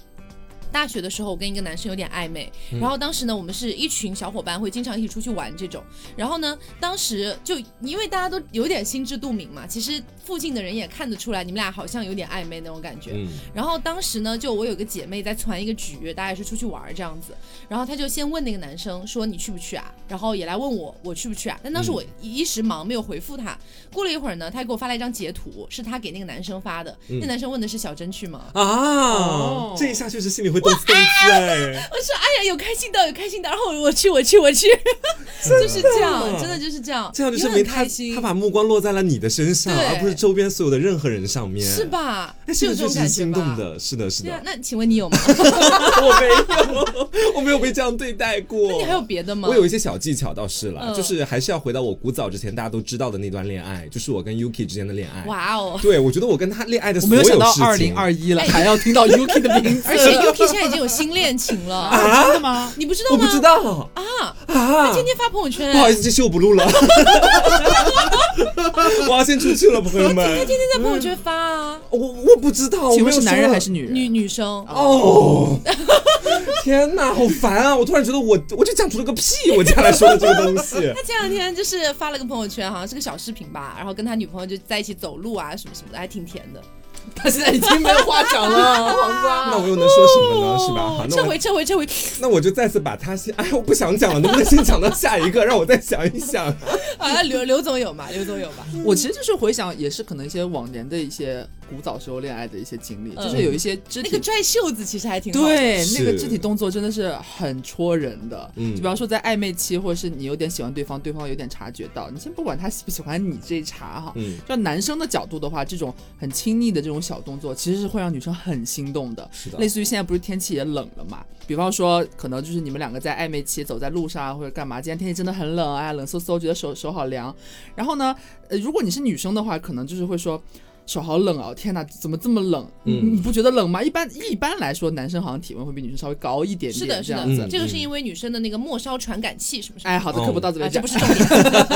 Speaker 1: 大学的时候，我跟一个男生有点暧昧，然后当时呢，我们是一群小伙伴，会经常一起出去玩这种。然后呢，当时就因为大家都有点心知肚明嘛，其实附近的人也看得出来，你们俩好像有点暧昧那种感觉。
Speaker 2: 嗯，
Speaker 1: 然后当时呢，就我有个姐妹在攒一个局，大家也是出去玩儿这样子，然后她就先问那个男生说你去不去啊，然后也来问我我去不去啊，但当时我一时忙没有回复她。过了一会儿呢，她还给我发了一张截图，是她给那个男生发的，
Speaker 2: 嗯
Speaker 1: 那男生问的是小珍去 吗？
Speaker 2: 啊
Speaker 3: 哦，
Speaker 2: 这一下确实心里会动刺动刺哎，
Speaker 1: 我说哎呀，有开心到有开心到，然后我去我去我去，就是这样，真的就是这样，
Speaker 2: 这样就
Speaker 1: 你
Speaker 2: 证
Speaker 1: 很
Speaker 2: 明他
Speaker 1: 开心
Speaker 2: 他把目光落在了你的身上，
Speaker 1: 对
Speaker 2: 而不是周边所有的任何人上面，
Speaker 1: 是？吧？
Speaker 2: 那
Speaker 1: 是
Speaker 2: 这
Speaker 1: 有
Speaker 2: 个
Speaker 1: 这
Speaker 2: 确
Speaker 1: 种
Speaker 2: 实
Speaker 1: 感
Speaker 2: 是
Speaker 1: 觉
Speaker 2: 心动
Speaker 1: 吧？
Speaker 2: 的，是的，是
Speaker 1: 对啊
Speaker 2: 的，。
Speaker 1: 那请问你有吗？
Speaker 2: 我没有， 我没有被这样对待过。
Speaker 1: 那你还有别的吗？
Speaker 2: 我有一些小技巧倒是了，
Speaker 1: 嗯
Speaker 2: 就是还是要回到我古早之前大家都知道的那段恋爱，就是我跟 Yuki 之间的恋爱。
Speaker 1: 哇哦！
Speaker 2: 对，我觉得我跟他恋爱的
Speaker 3: 我
Speaker 2: 所
Speaker 3: 没
Speaker 2: 有
Speaker 3: 有
Speaker 2: 事
Speaker 3: 想
Speaker 2: 情，
Speaker 3: 到二零二一了，
Speaker 1: 哎
Speaker 3: 还要听到 Yuki 的名字，
Speaker 1: 而且 Yuki 现在已经有新恋情了，
Speaker 3: 真的吗？
Speaker 1: 你不知道
Speaker 2: 我
Speaker 1: 吗？
Speaker 2: 不知道
Speaker 1: 啊，
Speaker 2: 啊，
Speaker 1: 天天发朋友圈，
Speaker 2: 不好意思，这期我不录了， 我要先出去了，朋友
Speaker 1: 他
Speaker 2: 们。
Speaker 1: 天天在朋友圈发啊，
Speaker 2: 我我不知道，我
Speaker 3: 请
Speaker 2: 没
Speaker 3: 问
Speaker 2: 有
Speaker 3: 是男人还是
Speaker 2: 女？
Speaker 3: 女人？
Speaker 1: 女女生，
Speaker 2: 哦，天哪，好烦啊！我突然觉得我我就讲出了个屁，我接下来说的这个东西
Speaker 3: 啊
Speaker 1: 他前两天就是发了个朋友圈，好像是个小视频吧，然后跟他女朋友就在一起走路啊，什么什么的，还挺甜的。
Speaker 3: 他现在已经没有话 讲了，黄瓜。
Speaker 2: 那我又能说什么呢？是吧？
Speaker 3: 哦
Speaker 2: 好，那
Speaker 1: 撤
Speaker 2: 我
Speaker 1: 回，撤回，撤回。
Speaker 2: 那我就再次把他先，哎，我不想讲了，能不能先讲到下一个？让我再想一 想。
Speaker 1: 好像啊刘刘总有嘛，刘总有吧？
Speaker 3: 我其实就是回想，也是可能一些往年的一些古早时候恋爱的一些经历，
Speaker 1: 嗯
Speaker 3: 就是有一些肢
Speaker 1: 那
Speaker 3: 体、
Speaker 1: 个拽袖子其实还挺好的。
Speaker 3: 对
Speaker 2: 是
Speaker 3: 那个肢体动作真的是很戳人的。
Speaker 2: 嗯
Speaker 3: 就比方说在暧昧期，或者是你有点喜欢对方，对方有点察觉到，你先不管他喜不喜欢你这一茬哈。
Speaker 2: 嗯，
Speaker 3: 就男生的角度的话，这种很亲昵的这种小动作，其实是会让女生很心动的。
Speaker 2: 是的
Speaker 3: 类似于现在不是天气也冷了嘛，比方说可能就是你们两个在暧昧期走在路上啊或者干嘛，今天天气真的很冷啊，冷飕飕，觉得手手好凉。然后呢，呃，如果你是女生的话，可能就是会说。手好冷哦！天哪，怎么这么冷？你
Speaker 2: 嗯
Speaker 3: 你不觉得冷吗？一般一般来说，男生好像体温会比女生稍微高一点点，
Speaker 1: 是的，是
Speaker 3: 这样
Speaker 1: 的
Speaker 3: 子。
Speaker 2: 嗯，
Speaker 1: 这个是因为女生的那个末梢传感器什么什么。
Speaker 3: 哎，好的，
Speaker 2: 哦
Speaker 3: 课不到此为
Speaker 1: 啊，
Speaker 3: 止
Speaker 1: 这不。是重点。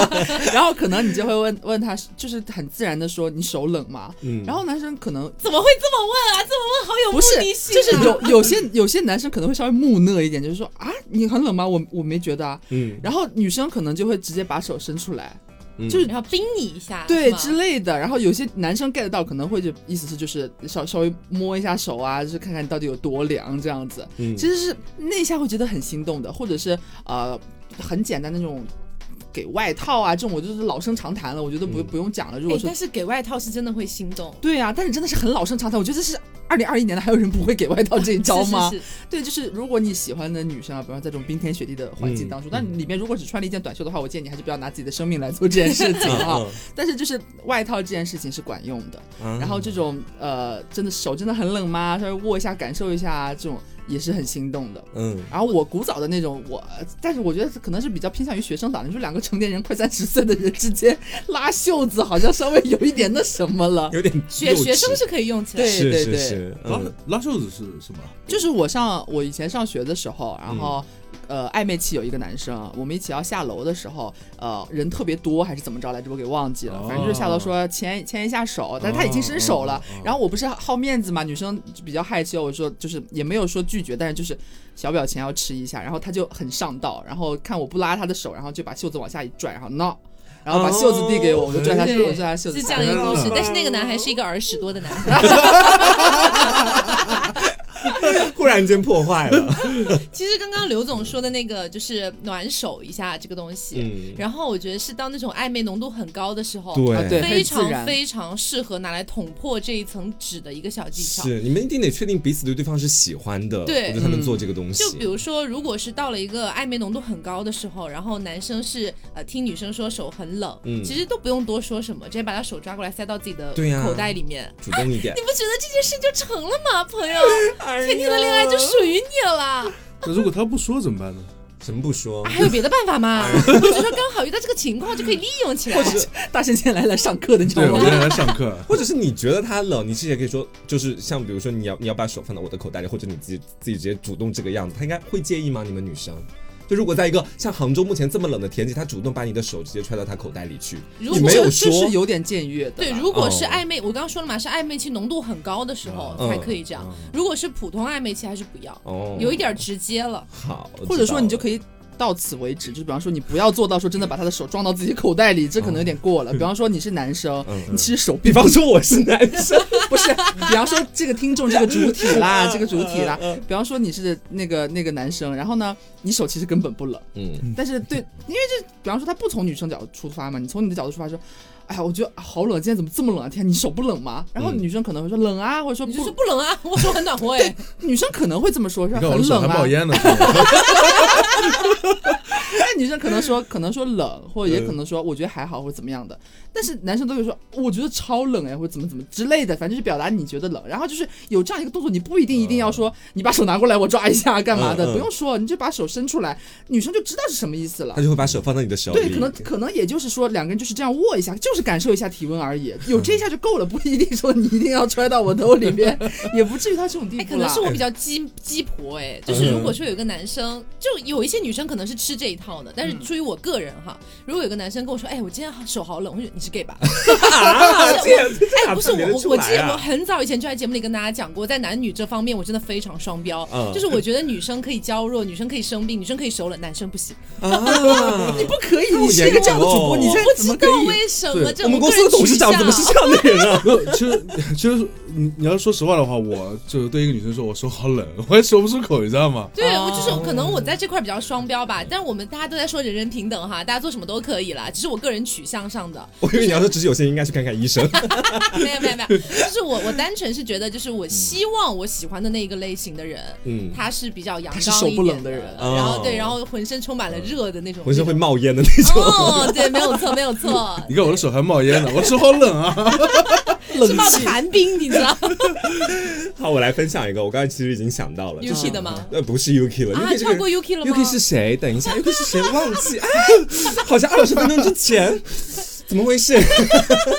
Speaker 3: 然后可能你就会问问他，就是很自然的说你手冷吗？
Speaker 2: 嗯
Speaker 3: 然后男生可能
Speaker 1: 怎么会这么问啊？这么问好有目
Speaker 3: 不是
Speaker 1: 的，性啊！
Speaker 3: 就是有有些有些男生可能会稍微木讷一点，就是说啊，你很冷吗？我我没觉得啊。
Speaker 2: 嗯，
Speaker 3: 然后女生可能就会直接把手伸出来，
Speaker 2: 嗯
Speaker 3: 就是
Speaker 1: 然后冰你一下，
Speaker 3: 对
Speaker 1: 啊是吗
Speaker 3: 之类的。然后有些男生 get 到，可能会就意思是就是稍稍微摸一下手啊，就是看看你到底有多凉这样子。
Speaker 2: 嗯
Speaker 3: 其实是那一下会觉得很心动的，或者是呃很简单的那种给外套啊这种，我就是老生常谈了，我觉得不、
Speaker 2: 嗯
Speaker 3: 不用讲了。如
Speaker 1: 哎
Speaker 3: 果，说
Speaker 1: 但是给外套是真的会心动，
Speaker 3: 对啊，但是真的是很老生常谈，我觉得这是二零二一年的，还有人不会给外套这一 招
Speaker 1: 是
Speaker 3: 吗？
Speaker 1: 是是
Speaker 3: 对，就是如果你喜欢的女生啊，比方在这种冰天雪地的环境当中，
Speaker 2: 嗯
Speaker 3: 但里面如果只穿了一件短袖的话，我建议你还是不要拿自己的生命来做这件事情 啊。但是就是外套这件事情是管用的，
Speaker 2: 哦嗯
Speaker 3: 啊然后这种呃，真的手真的很冷吗？稍微握一下感受一下啊，这种也是很心动的。
Speaker 2: 嗯，
Speaker 3: 然后我古早的那种，我呃但是我觉得可能是比较偏向于学生党的，你说两个成年人快三十岁的人之间拉袖子，好像稍微有一点那什么了。
Speaker 2: 有点
Speaker 1: 学
Speaker 2: 幼稚
Speaker 1: 学生是可以用起来的。
Speaker 3: 对
Speaker 2: 是
Speaker 3: 对哦
Speaker 2: 是
Speaker 3: 对
Speaker 2: 是，
Speaker 4: 拉
Speaker 2: 嗯
Speaker 4: 啊拉袖子是什么？
Speaker 3: 就是我上我以前上学的时候，然
Speaker 4: 嗯
Speaker 3: 后、呃暧昧期有一个男生，我们一起要下楼的时候，呃人特别多还是怎么着来着，我给忘记了，
Speaker 4: 哦
Speaker 3: 反正就是下楼说牵牵一下手，但是他已经伸手了，
Speaker 4: 哦哦哦
Speaker 3: 然后我不是好面子嘛，女生比较害羞，我说就是也没有说拒绝，但是就是小表情要吃一下，然后他就很上道，然后看我不拉他的手，然后就把袖子往下一拽，然后
Speaker 4: 哦
Speaker 3: 闹。然后把袖子递给我，
Speaker 2: 哦
Speaker 3: 我就拽他袖子，
Speaker 1: 对
Speaker 3: 我拽他袖子。
Speaker 1: 是这样一个故事
Speaker 4: 嗯，
Speaker 1: 但是那个男孩是一个耳屎多的男孩，
Speaker 2: 忽然间破坏 了，
Speaker 1: 其实刚刚刘总说的那个就是暖手一下这个东西，
Speaker 2: 嗯
Speaker 1: 然后我觉得是当那种暧昧浓度很高的时候，
Speaker 3: 啊对
Speaker 1: 非
Speaker 3: 很自
Speaker 1: 常
Speaker 3: 然
Speaker 1: 非常适合拿来捅破这一层纸的一个小技巧。
Speaker 2: 是你们一定得确定彼此对对方是喜欢的，
Speaker 1: 对
Speaker 2: 我觉得
Speaker 3: 嗯
Speaker 2: 他们做这个东西，
Speaker 1: 就比如说，如果是到了一个暧昧浓度很高的时候，然后男生是呃听女生说手很冷，
Speaker 2: 嗯
Speaker 1: 其实都不用多说什么，直接把他手抓过来塞到自己的
Speaker 2: 对呀
Speaker 1: 口袋里面。
Speaker 2: 主动一点
Speaker 1: 你，不觉得这件事就成了吗，朋友？
Speaker 2: 哎呀
Speaker 1: 甜甜的恋爱就属于你了。
Speaker 4: 那如果他不说怎么办呢？
Speaker 2: 什么不说
Speaker 3: 哎
Speaker 1: 啊？还有别的办法吗？ 我只是说刚好遇到这个情况就可以利用起 来。
Speaker 3: 大仙今天来来上课的，你知道
Speaker 4: 对，我
Speaker 3: 吗？
Speaker 4: 今天来上课，
Speaker 2: 或者是你觉得他冷，你其实也可以说，就是像比如说你要你要把手放到我的口袋里，或者你自己自己直接主动这个样子，他应该会介意吗？你们女生就如果在一个像杭州目前这么冷的天气，他主动把你的手直接揣到他口袋里去，
Speaker 1: 如
Speaker 2: 你
Speaker 1: 果
Speaker 2: 没有
Speaker 3: 这
Speaker 2: 说
Speaker 3: 这是有点僭越的啦。
Speaker 1: 对，如果是
Speaker 2: 哦
Speaker 1: 暧昧，我刚刚说了嘛，是暧昧期浓度很高的时候
Speaker 2: 嗯
Speaker 1: 才可以这样。如果是普通暧昧期，还是不要，
Speaker 2: 哦，
Speaker 1: 有一点直接了。
Speaker 2: 好，
Speaker 3: 或者说你就可
Speaker 2: 以
Speaker 3: 以到此为止，就比方说你不要做到说真的把他的手装到自己口袋里，这可能有点过了。比方说你是男生，
Speaker 2: 嗯
Speaker 3: 你其实手
Speaker 2: 比
Speaker 3: 臂
Speaker 2: 方说我是男生，
Speaker 3: 不是，比方说这个听众这个主体啦，这个主体啦，比方说你是那个那个男生，然后呢，你手其实根本不冷，
Speaker 2: 嗯，
Speaker 3: 但是对，因为这比方说他不从女生角度出发嘛，你从你的角度出发说。哎呀，我觉得啊好冷，今天怎么这么冷啊？天，你手不冷吗？然后
Speaker 2: 嗯
Speaker 3: 女生可能会说冷啊，或者说
Speaker 1: 你
Speaker 3: 不，
Speaker 1: 就说不冷啊，我说很暖和 哎。
Speaker 3: 女生可能会这么说，说
Speaker 4: 你看我的
Speaker 3: 很
Speaker 4: 手
Speaker 3: 冷
Speaker 4: 还
Speaker 3: 啊。
Speaker 4: 冒烟呢，
Speaker 3: 哎但女生可能说可能说冷，或者也可能说我觉得还好或者怎么样的，但是男生都会说哦我觉得超冷哎，或者怎么怎么之类的，反正就是表达你觉得冷。然后就是有这样一个动作，你不一定一定要说你把手拿过来我抓一下干嘛
Speaker 2: 嗯嗯
Speaker 3: 的，不用说，你就把手伸出来，女生就知道是什么意思了
Speaker 2: 他。就会把手放到你的手里，
Speaker 3: 对，可能可能也就是说两个人就是这样握一下，就是感受一下体温而已，有这一下就够了，不一定说你一定要揣到我兜里面，也不至于到这种地
Speaker 1: 哎，
Speaker 3: 步
Speaker 1: 可
Speaker 3: 啦。
Speaker 1: 能是我比较鸡鸡婆哎，就
Speaker 2: 嗯
Speaker 1: 是如果说有一个男生，就有一些女生可能是吃这一套的，但是出于我个人哈，如果有个男生跟我说，哎，我今天手好冷，我就你是 gay 吧？
Speaker 2: 啊，这样
Speaker 1: 哎，不是我，我我记得我
Speaker 2: 我
Speaker 1: 很早以前就在节目里跟大家讲过，在男女这方面我真的非常双标，
Speaker 2: 嗯
Speaker 1: 就是我觉得女生可以娇弱，女生可以生病，女生可以手冷，男生不行。
Speaker 2: 啊，
Speaker 3: 你不可以，
Speaker 2: 好
Speaker 3: 你是一个这样的主播，
Speaker 2: 严重哦
Speaker 3: 你现在
Speaker 1: 我不
Speaker 3: 怎
Speaker 1: 知
Speaker 3: 么可
Speaker 1: 道
Speaker 3: 以？
Speaker 1: 为什么
Speaker 4: 对
Speaker 1: 这
Speaker 2: 我们
Speaker 1: 种
Speaker 2: 公司
Speaker 1: 个
Speaker 2: 的
Speaker 1: 人
Speaker 2: 董事
Speaker 1: 取
Speaker 2: 长怎么
Speaker 1: 向
Speaker 2: 是这样的人 啊？
Speaker 4: 没有，其实其实你你要说实话的话，我就是对一个女生说我手好冷， 我也说不出口，你知道吗？
Speaker 1: 对，我就是
Speaker 2: 啊
Speaker 1: 可能我在这块比较双标吧，但是我们大家都在说人人平等哈，大家做什么都可以啦，只是我个人取向上的，
Speaker 2: 我以为你要说只是有些人应该去看看医生，
Speaker 1: 没有没有没有，就是我我单纯是觉得，就是我希望我喜欢的那一个类型的人，
Speaker 2: 嗯，
Speaker 1: 他是比较阳
Speaker 3: 他是
Speaker 1: 刚
Speaker 3: 手
Speaker 1: 一
Speaker 3: 不
Speaker 1: 点
Speaker 3: 冷的人
Speaker 1: 然后
Speaker 2: 哦
Speaker 1: 对，然后浑身充满了热的那种，
Speaker 2: 浑身会
Speaker 1: 那种
Speaker 2: 冒烟的那种。
Speaker 1: 哦，对，没有错，没有 错，
Speaker 4: 你看我的手还冒烟呢，我手好冷啊！
Speaker 1: 是冒着寒冰，你知道
Speaker 2: 好，我来分享一个，我刚才其实已经想到了，就是
Speaker 1: ？Yuki 的吗？
Speaker 2: 呃，不是 Yuki 了
Speaker 1: 啊，
Speaker 2: ，Yuki 这个
Speaker 1: 跳过
Speaker 2: 人
Speaker 1: Yuki 了吗
Speaker 2: Yuki 是谁？等一下，Yuki 是谁？忘记，哎，好像二十分钟之前，怎么回事？ 嗯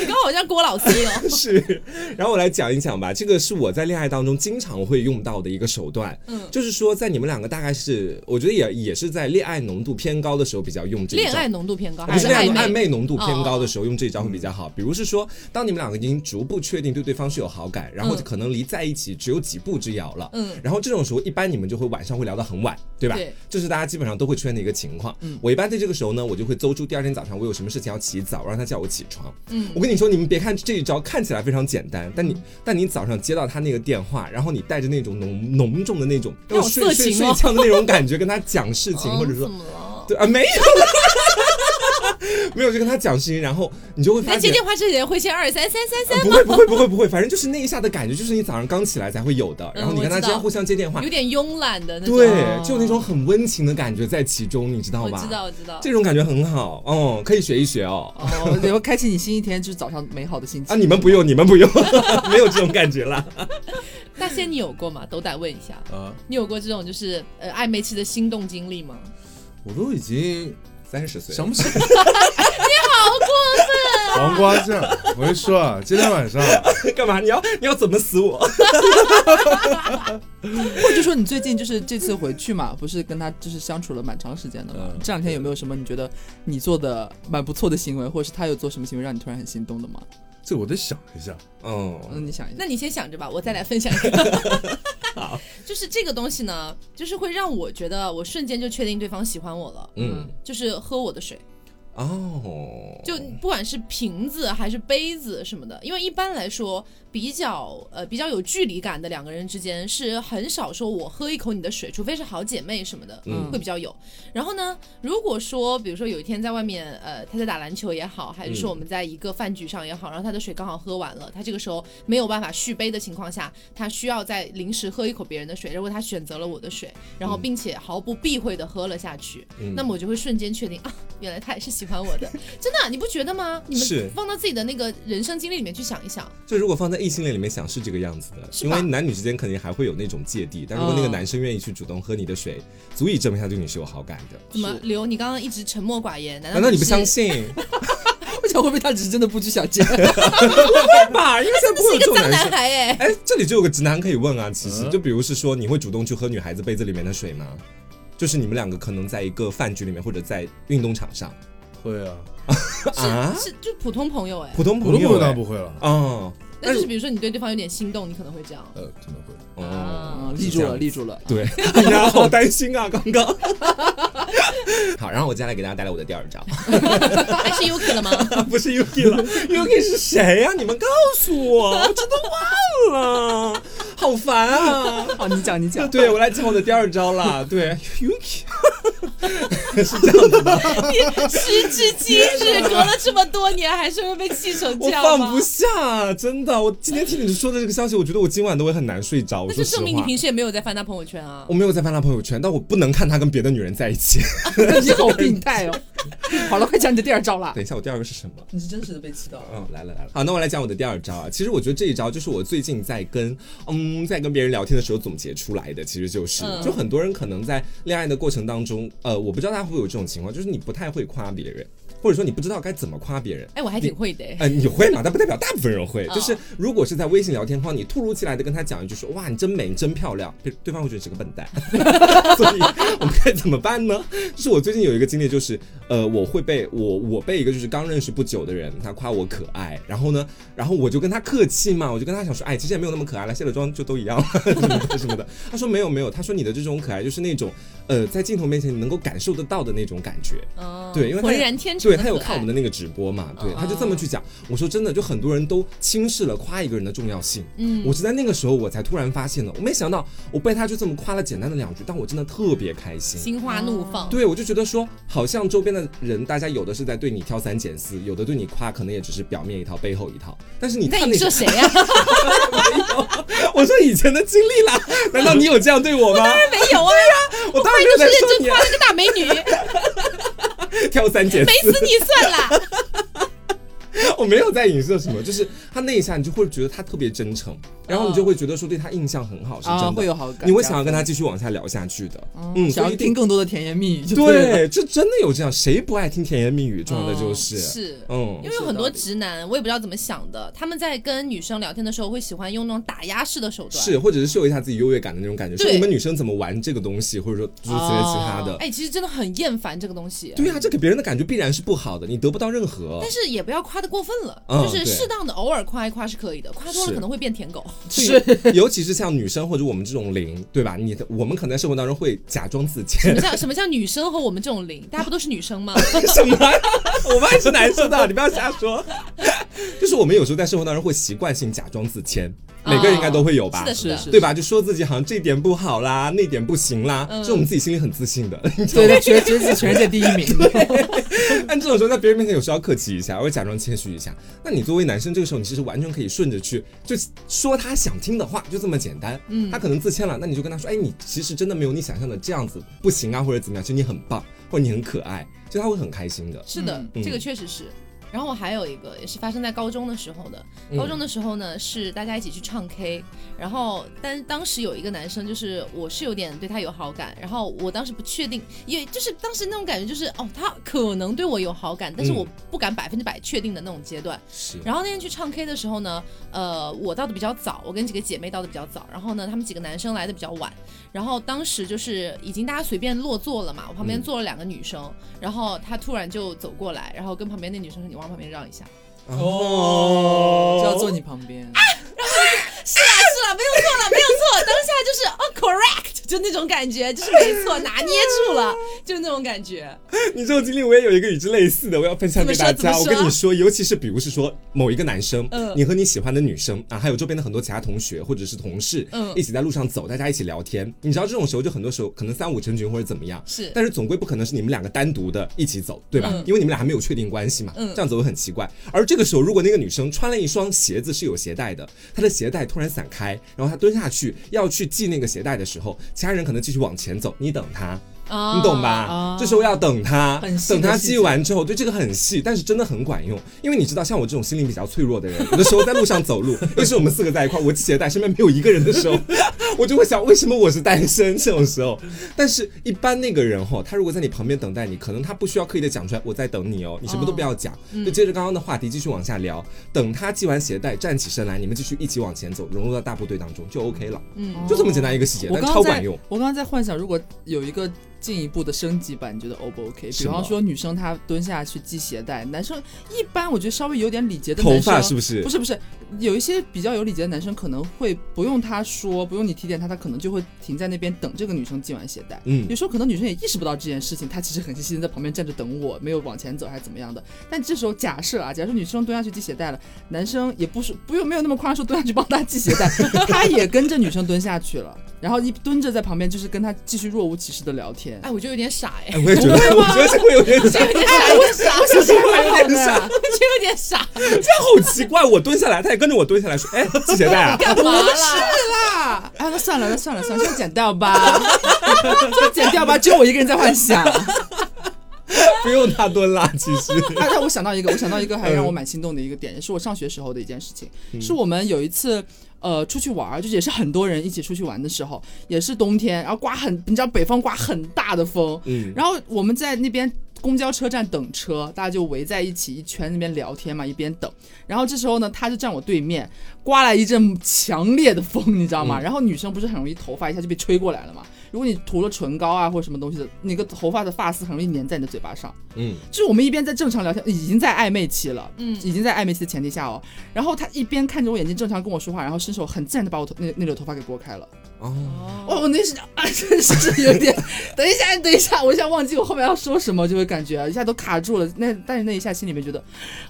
Speaker 1: 你刚好像郭老 C 哦，
Speaker 2: 是，然后我来讲一讲吧，这个是我在恋爱当中经常会用到的一个手段，
Speaker 1: 嗯
Speaker 2: 就是说在你们两个大概是，我觉得也也是在恋爱浓度偏高的时候比较用这一
Speaker 1: 恋
Speaker 2: 招
Speaker 1: 爱。浓度偏高，
Speaker 2: 不
Speaker 1: 还
Speaker 2: 是恋爱
Speaker 1: 暧
Speaker 2: 浓暧
Speaker 1: 昧？哦
Speaker 2: 昧浓度偏高的时候用这一招会比较好，比如是说，当你们两个已经逐步确定对对方是有好感，然后
Speaker 1: 嗯
Speaker 2: 可能离在一起只有几步之遥了，
Speaker 1: 嗯
Speaker 2: 然后这种时候一般你们就会晚上会聊到很晚，对吧？
Speaker 1: 对嗯
Speaker 2: 这是大家基本上都会出现的一个情况。我一般在这个时候呢，我就会诌出第二天早上我有什么事情要起早，让他叫我起床。
Speaker 1: 嗯
Speaker 2: 我跟你说，你们别看这一招看起来非常简单，但你、但你早上接到他那个电话，然后你带着那种浓浓重的那种
Speaker 1: 那种
Speaker 2: 睡
Speaker 1: 色
Speaker 2: 睡
Speaker 1: 情
Speaker 2: 睡
Speaker 1: 哦
Speaker 2: 觉的那种感觉，跟他讲 事情，
Speaker 1: 哦
Speaker 2: 或者说
Speaker 1: 怎么了？
Speaker 2: 对啊，没有了， 没有就跟他讲事情，然后你就会
Speaker 1: 你
Speaker 2: 发
Speaker 1: 在接
Speaker 2: 现。
Speaker 1: 电话之前会先二三三三
Speaker 2: 呃
Speaker 1: 三，
Speaker 2: 不会不会不会不会，反正就是那一下的感觉，就是你早上刚起来才会有的。然后
Speaker 1: 嗯
Speaker 2: 你跟
Speaker 1: 我
Speaker 2: 他
Speaker 1: 知
Speaker 2: 之间
Speaker 1: 道
Speaker 2: 互相接电话
Speaker 1: 有，点慵懒的那种。
Speaker 2: 哦对，就有那种很温情的感觉在其中，你知道
Speaker 1: 我
Speaker 2: 吧？
Speaker 1: 知道，我知道。
Speaker 2: 这种感觉很好，嗯，可以学一学哦。
Speaker 3: 哦，然后开启你新一天就是早上美好的心情
Speaker 2: 啊，你们不用，你们不用， 没有这种感觉啦。
Speaker 1: 大仙，你有过吗？斗胆问一下，
Speaker 4: 啊，
Speaker 1: 你有过这种就是呃暧昧期的心动经历吗？
Speaker 4: 我都已经
Speaker 2: 三十岁
Speaker 4: 想不起。 你好过分！黄瓜酱，我跟你说啊，今天晚 上
Speaker 2: 干嘛？你要你要怎么死我？
Speaker 3: 或者说你最近就是这次回去嘛，不是跟他就是相处了蛮长时间的嘛？
Speaker 4: 嗯
Speaker 3: 这两天有没有什么你觉得你做的蛮不错的行为，或者是他有做什么行为让你突然很心动的吗？
Speaker 4: 这我得想一下，
Speaker 2: 嗯，
Speaker 3: 嗯，你想一下
Speaker 1: 那。你先想着吧，我再来分享一个。就是这个东西呢，就是会让我觉得我瞬间就确定对方喜欢我了。
Speaker 2: 嗯，
Speaker 1: 就是喝我的水，
Speaker 2: 哦，
Speaker 1: 就不管是瓶子还是杯子什么的，因为一般来说比较呃比较有距离感的两个人之间是很少说我喝一口你的水，除非是好姐妹什么的，
Speaker 2: 嗯
Speaker 1: 会比较有。然后呢，如果说比如说有一天在外面呃他在打篮球也好，还是说
Speaker 2: 嗯
Speaker 1: 我们在一个饭局上也好，然后他的水刚好喝完了，他这个时候没有办法续杯的情况下，他需要在临时喝一口别人的水，如果他选择了我的水，然后并且毫不避讳的喝了下去，
Speaker 2: 嗯
Speaker 1: 那么我就会瞬间确定啊，原来他也是喜欢我的，真的、你不觉得吗？你
Speaker 2: 是
Speaker 1: 们放到自己的那个人生经历里面去想一想，
Speaker 2: 就如果放在异性恋里面想是这个样子的，
Speaker 1: 是
Speaker 2: 因
Speaker 1: 吧
Speaker 2: 为男女之间肯定还会有那种芥蒂，但如果那个
Speaker 3: 嗯
Speaker 2: 男生愿意去主动喝你的水，足以证明他对你是有好感的。
Speaker 1: 怎么刘，你刚刚一直沉默寡言，难道
Speaker 2: 难道你不
Speaker 1: 是
Speaker 2: 相？信？
Speaker 3: 我想会不会他只是真的不拘 小节？
Speaker 2: 会 吧，因为现在不
Speaker 1: 这是
Speaker 2: 会有
Speaker 1: 一个
Speaker 2: 这种
Speaker 1: 脏
Speaker 2: 男
Speaker 1: 男
Speaker 2: 生。
Speaker 1: 孩哎，
Speaker 2: 哎，这里就有个直男可以问啊，其实
Speaker 4: 嗯
Speaker 2: 就比如是说，你会主动去喝女孩子杯子里面的水吗？就是你们两个可能在一个饭局里面或者在运动场上
Speaker 4: 会啊，
Speaker 2: 啊，
Speaker 1: 是就普通朋友哎、
Speaker 2: 普通
Speaker 4: 普
Speaker 2: 朋
Speaker 4: 通
Speaker 2: 友
Speaker 4: 朋友当然
Speaker 2: 哎
Speaker 4: 不会了，
Speaker 2: 哦
Speaker 1: 但就是比如说你对对方有点心动，你可能会这样。
Speaker 4: 呃，可能会。
Speaker 2: 哦，
Speaker 3: 嗯，
Speaker 2: 是
Speaker 3: 立住
Speaker 2: 这
Speaker 3: 了，
Speaker 2: 样
Speaker 3: 立住了。
Speaker 2: 对， 哎呀，好担心啊，刚 刚。好，然后我接下来给大家带来我的第二张，
Speaker 1: 还是 Yuki 了吗？
Speaker 2: 不是 Yuki 了，Yuki 是谁呀、你们告诉我， 我真的忘了，好烦啊！
Speaker 3: 好，你讲，你 讲。
Speaker 2: 对，我来讲我的第二招啦。 对，Yuki 是这样子的，
Speaker 1: 时至今日，隔了这么多年，还是会被气成这
Speaker 2: 我
Speaker 1: 样吗
Speaker 2: 放不？下，真的。我今天听你们说的这个消息，我觉得我今晚都会很难睡着。我
Speaker 1: 那
Speaker 2: 说
Speaker 1: 就
Speaker 2: 实
Speaker 1: 证明你
Speaker 2: 话，
Speaker 1: 平时也没有在翻他朋友圈啊
Speaker 2: 我。没有在翻他朋友圈，但我不能看他跟别的女人在一起。
Speaker 3: 你好病态哦！ 好了，快讲你的第二招啦。
Speaker 2: 等一下，我第二个是什么？
Speaker 3: 你是真实的被气到了。
Speaker 2: 嗯，来了来了。好，那我来讲我的第二招啊。其实我觉得这一招就是我最近在跟嗯在跟别人聊天的时候总结出来的，其实就是、
Speaker 1: 嗯
Speaker 2: 就很多人可能在恋爱的过程当中，呃，我不知道大家会不会有这种情况，就是你不太会夸别人，或者说你不知道该怎么夸别人。
Speaker 1: 哎，我还挺会的哎。
Speaker 2: 呃，你会吗？但不代表大部分人会。
Speaker 1: 哦
Speaker 2: 就是如果是在微信聊天框，你突如其来的跟他讲一句说“哇，你真美，你真漂亮”，对对方会觉得你是个笨蛋。 所以我们该怎么办呢？就是我最近有一个经历，就是呃，我会被我我被一个就是刚认识不久的人，他夸我可爱，然后呢，然后我就跟他客气嘛，我就跟他想说，哎，其实也没有那么可爱了，卸了妆就都一样了 什么的什么的。他说没有没有，他说你的这种可爱就是那种呃，在镜头面前你能够感受得到的那种感觉。
Speaker 1: 嗯
Speaker 2: 对因为他
Speaker 1: 浑然天成
Speaker 2: 对
Speaker 1: 的可爱。
Speaker 2: 他有看我们的那个直播嘛，对，
Speaker 1: 嗯
Speaker 2: 他就这么去讲。我说真的，就很多人都轻视了夸一个人的重要性。
Speaker 1: 嗯
Speaker 2: 我是在那个时候我才突然发现的，我没想到我被他就这么夸了简单的两句，但我真的特别开心。
Speaker 1: 心花怒放。
Speaker 2: 对，我就觉得说，好像周边的人，大家有的是在对你挑三拣四，有的对你夸，可能也只是表面一套，背后一套。但是你
Speaker 1: 你在
Speaker 2: 看
Speaker 1: 影
Speaker 2: 那
Speaker 1: 射
Speaker 2: 个，
Speaker 1: 谁啊 呀、
Speaker 2: 我说以前的经历啦，难道你有这样对我吗？
Speaker 1: 没有啊，
Speaker 2: 我当然没有在
Speaker 1: 就是
Speaker 2: 说
Speaker 1: 认
Speaker 2: 你
Speaker 1: 真
Speaker 2: 啊
Speaker 1: 夸，了个大美女，美
Speaker 2: 挑三拣四。
Speaker 1: 死你算啦。
Speaker 2: 我没有在影射什么，就是他那一下，你就会觉得他特别真诚，然后你就会觉得说对他印象很好，是真的，
Speaker 3: 啊哦会有好感
Speaker 2: 你会想要跟他继续往下聊下去的，嗯，
Speaker 3: 哦想
Speaker 2: 所以
Speaker 3: 要
Speaker 2: 一
Speaker 3: 听
Speaker 2: 定
Speaker 3: 更多的甜言蜜语就了。哦
Speaker 2: 对，这真的有这样，谁不爱听甜言蜜语？重要的 就是，
Speaker 1: 是。
Speaker 2: 嗯
Speaker 1: 因，为有很多直男，我也不知道怎么想的，他们在跟女生聊天的时候会喜欢用那种打压式的手段。
Speaker 2: 是，或者是秀一下自己优越感的那种感觉，说
Speaker 1: 对
Speaker 2: 你们女生怎么玩这个东西，或者说诸如此类其他
Speaker 3: 哦
Speaker 2: 的，
Speaker 1: 哎，其实真的很厌烦这个东西。
Speaker 2: 对呀、这给别人的感觉必然是不好的，你得不到任何
Speaker 1: 但。是也不要夸的过分了，
Speaker 2: 嗯
Speaker 1: 就是
Speaker 2: 对是
Speaker 1: 适当的偶尔夸一夸是可以的，夸多了可能会变 舔狗。
Speaker 2: 是，尤其是像女生或者我们这种零，对吧？你的我们可能在生活当中会假装自
Speaker 1: 什
Speaker 2: 谦
Speaker 1: 么，叫什么叫女生和我们这种零？大家不都是女生吗？
Speaker 2: 什么 呀？我们也是男生的，你不要瞎说。 就是我们有时候在生活当中会习惯性假装自谦，每个人应该都会有
Speaker 1: 哦
Speaker 2: 吧？
Speaker 1: 是的，是的，
Speaker 3: 是
Speaker 2: 对吧？就说自己好像这点不好啦，那点不行啦，
Speaker 1: 嗯
Speaker 2: 这是我们自己心里很自信的。
Speaker 3: 对对，觉得觉得自己全世界第一名。
Speaker 2: 但这种时候在别人面前有时候要客气一下，或者假装谦虚一下。那你作为男生，这个时候你其实完全可以顺着去，就说他想听的话，就这么简单。嗯，他可能自谦了，那你就跟他说，哎，你其实真的没有你想象的这样子不行啊，或者怎么样，其实你很棒，或者你很可爱，就他会很开心的。
Speaker 1: 是的，
Speaker 2: 嗯
Speaker 1: 这个确实是。然后我还有一个也是发生在高中的时候的，
Speaker 2: 嗯
Speaker 1: 高中的时候呢是大家一起去唱 K，然后但当时有一个男生，就是我是有点对他有好感，然后我当时不确定，也就是当时那种感觉就是哦，他可能对我有好感，但是
Speaker 2: 嗯
Speaker 1: 我不敢百分之百确定的那种阶段。
Speaker 2: 是，
Speaker 1: 然后那天去唱 K 的时候呢，呃，我到的比较早，我跟几个姐妹到的比较早，然后呢，她们几个男生来的比较晚，然后当时就是已经大家随便落座了嘛，我旁边
Speaker 2: 嗯
Speaker 1: 坐了两个女生，然后她突然就走过来，然后跟旁边那女生说：“你往旁边让一下。
Speaker 3: 就
Speaker 2: 哦
Speaker 3: 要坐你旁边。”
Speaker 1: 是啦是啦，没有错啦，没有错，当下就是哦 correct，就那种感觉，就是没错，拿捏住了，就是那种感觉。
Speaker 2: 你这种经历，我也有一个与之类似的，我要分享给大
Speaker 1: 怎么
Speaker 2: 家。
Speaker 1: 说
Speaker 2: 我
Speaker 1: 怎么说
Speaker 2: 跟你说，尤其是比如是说某一个男生，
Speaker 1: 嗯
Speaker 2: 你和你喜欢的女生啊，还有周边的很多其他同学或者是同事，
Speaker 1: 嗯
Speaker 2: 一起在路上走，大家一起聊天。你知道这种时候，就很多时候可能三五成群或者怎么样，
Speaker 1: 是
Speaker 2: 但是总归不可能是你们两个单独的一起走，对吧？
Speaker 1: 嗯
Speaker 2: 因为你们俩还没有确定关系嘛，
Speaker 1: 嗯
Speaker 2: 这样子会很奇怪。而这个时候，如果那个女生穿了一双鞋子是有鞋带的，她的鞋带突然散开，然后她蹲下去要去系那个鞋带的时候，其他人可能继续往前走，你等她。
Speaker 1: 啊
Speaker 2: 你懂吧？？这时候要等他
Speaker 3: 哦很，细的
Speaker 2: 等他
Speaker 3: 细节
Speaker 2: 系完之后，对这个很细，但是真的很管用。因为你知道，像我这种心灵比较脆弱的人，有的时候在路上 走路，又是我们四个在一块，我系鞋带，身边没有一个人的时候，我就会想，为什么我是单身？这种时候，但是一般那个人吼，他如果在你旁边等待你，可能他不需要刻意的讲出来，我在等你哦，你什么都不要讲，
Speaker 3: 嗯
Speaker 2: 就接着刚刚的话题继续往下聊。等他系完鞋带，站起身来，你们继续一起往前走，融入到大部队当中就 OK 了，
Speaker 1: 嗯，
Speaker 2: 就这么简单一个细节，
Speaker 3: 哦我
Speaker 2: 但
Speaker 3: 刚
Speaker 2: 超
Speaker 3: 刚
Speaker 2: 管
Speaker 3: 在
Speaker 2: 用。，
Speaker 3: 我刚刚在幻想，如果有一个进一步的升级版，你觉得 O 不 OK？比
Speaker 2: 是吗
Speaker 3: 方说女生她蹲下去系鞋带，男生一般我觉得稍微有点礼节的
Speaker 2: 头
Speaker 3: 男生，
Speaker 2: 发是不是
Speaker 3: 不？是不是，有一些比较有礼节的男生可能会不用他说，不用你提点他，他可能就会停在那边等这个女生系完鞋带。
Speaker 2: 嗯
Speaker 3: 有时候可能女生也意识不到这件事情，她其实很细心在旁边站着等我，没有往前走还是怎么样的。但这时候假设啊，假设女生蹲下去系鞋带了，男生也不是不用没有那么夸张说蹲下去 帮她系鞋带，他也跟着女生蹲下去了，然后一蹲着在旁边就是跟她继续若无其事的聊天。
Speaker 1: 哎，我就有点傻哎
Speaker 2: 哎，，我也觉得，我觉得这会有点
Speaker 1: 这有点傻，有点傻，我
Speaker 3: 这是
Speaker 2: 有点
Speaker 3: 啥？
Speaker 1: 这有点傻，
Speaker 2: 好奇怪，我蹲下来，他也跟着我蹲下来，说：“哎，系鞋带啊
Speaker 1: 干嘛啦？
Speaker 3: 啦！哎，那算了，那算了，算了，就剪掉 吧，就剪掉吧，只有我一个人在幻想。
Speaker 2: 不用他蹲啦。”其实，
Speaker 3: 啊，让我想到一个，我想到一个还让我蛮心动的一个点，也是我上学时候的一件事情，是我们有一次。呃，出去玩儿，就也是很多人一起出去玩的时候，也是冬天，然后刮很，你知道北方刮很大的风，
Speaker 2: 嗯，
Speaker 3: 然后我们在那边公交车站等车，大家就围在一起一圈那边聊天嘛，一边等。然后这时候呢，他就站我对面，刮来一阵强烈的风，你知道吗？然后女生不是很容易头发一下就被吹过来了嘛？如果你涂了唇膏啊或者什么东西的，那个头发的发丝很容易粘在你的嘴巴上。
Speaker 2: 嗯，
Speaker 3: 就是我们一边在正常聊天，已经在暧昧期了，
Speaker 1: 嗯
Speaker 3: 已经在暧昧期的前提下哦。然后他一边看着我眼睛正常跟我说话，然后伸手很自然的把我头那那绺头发给拨开了。
Speaker 2: 哦，
Speaker 3: 哦，我那是啊，真是有 点。等一下，等一下，我一下忘记我后面要说什么，就会感觉一下都卡住了。那但是那一下心里面觉得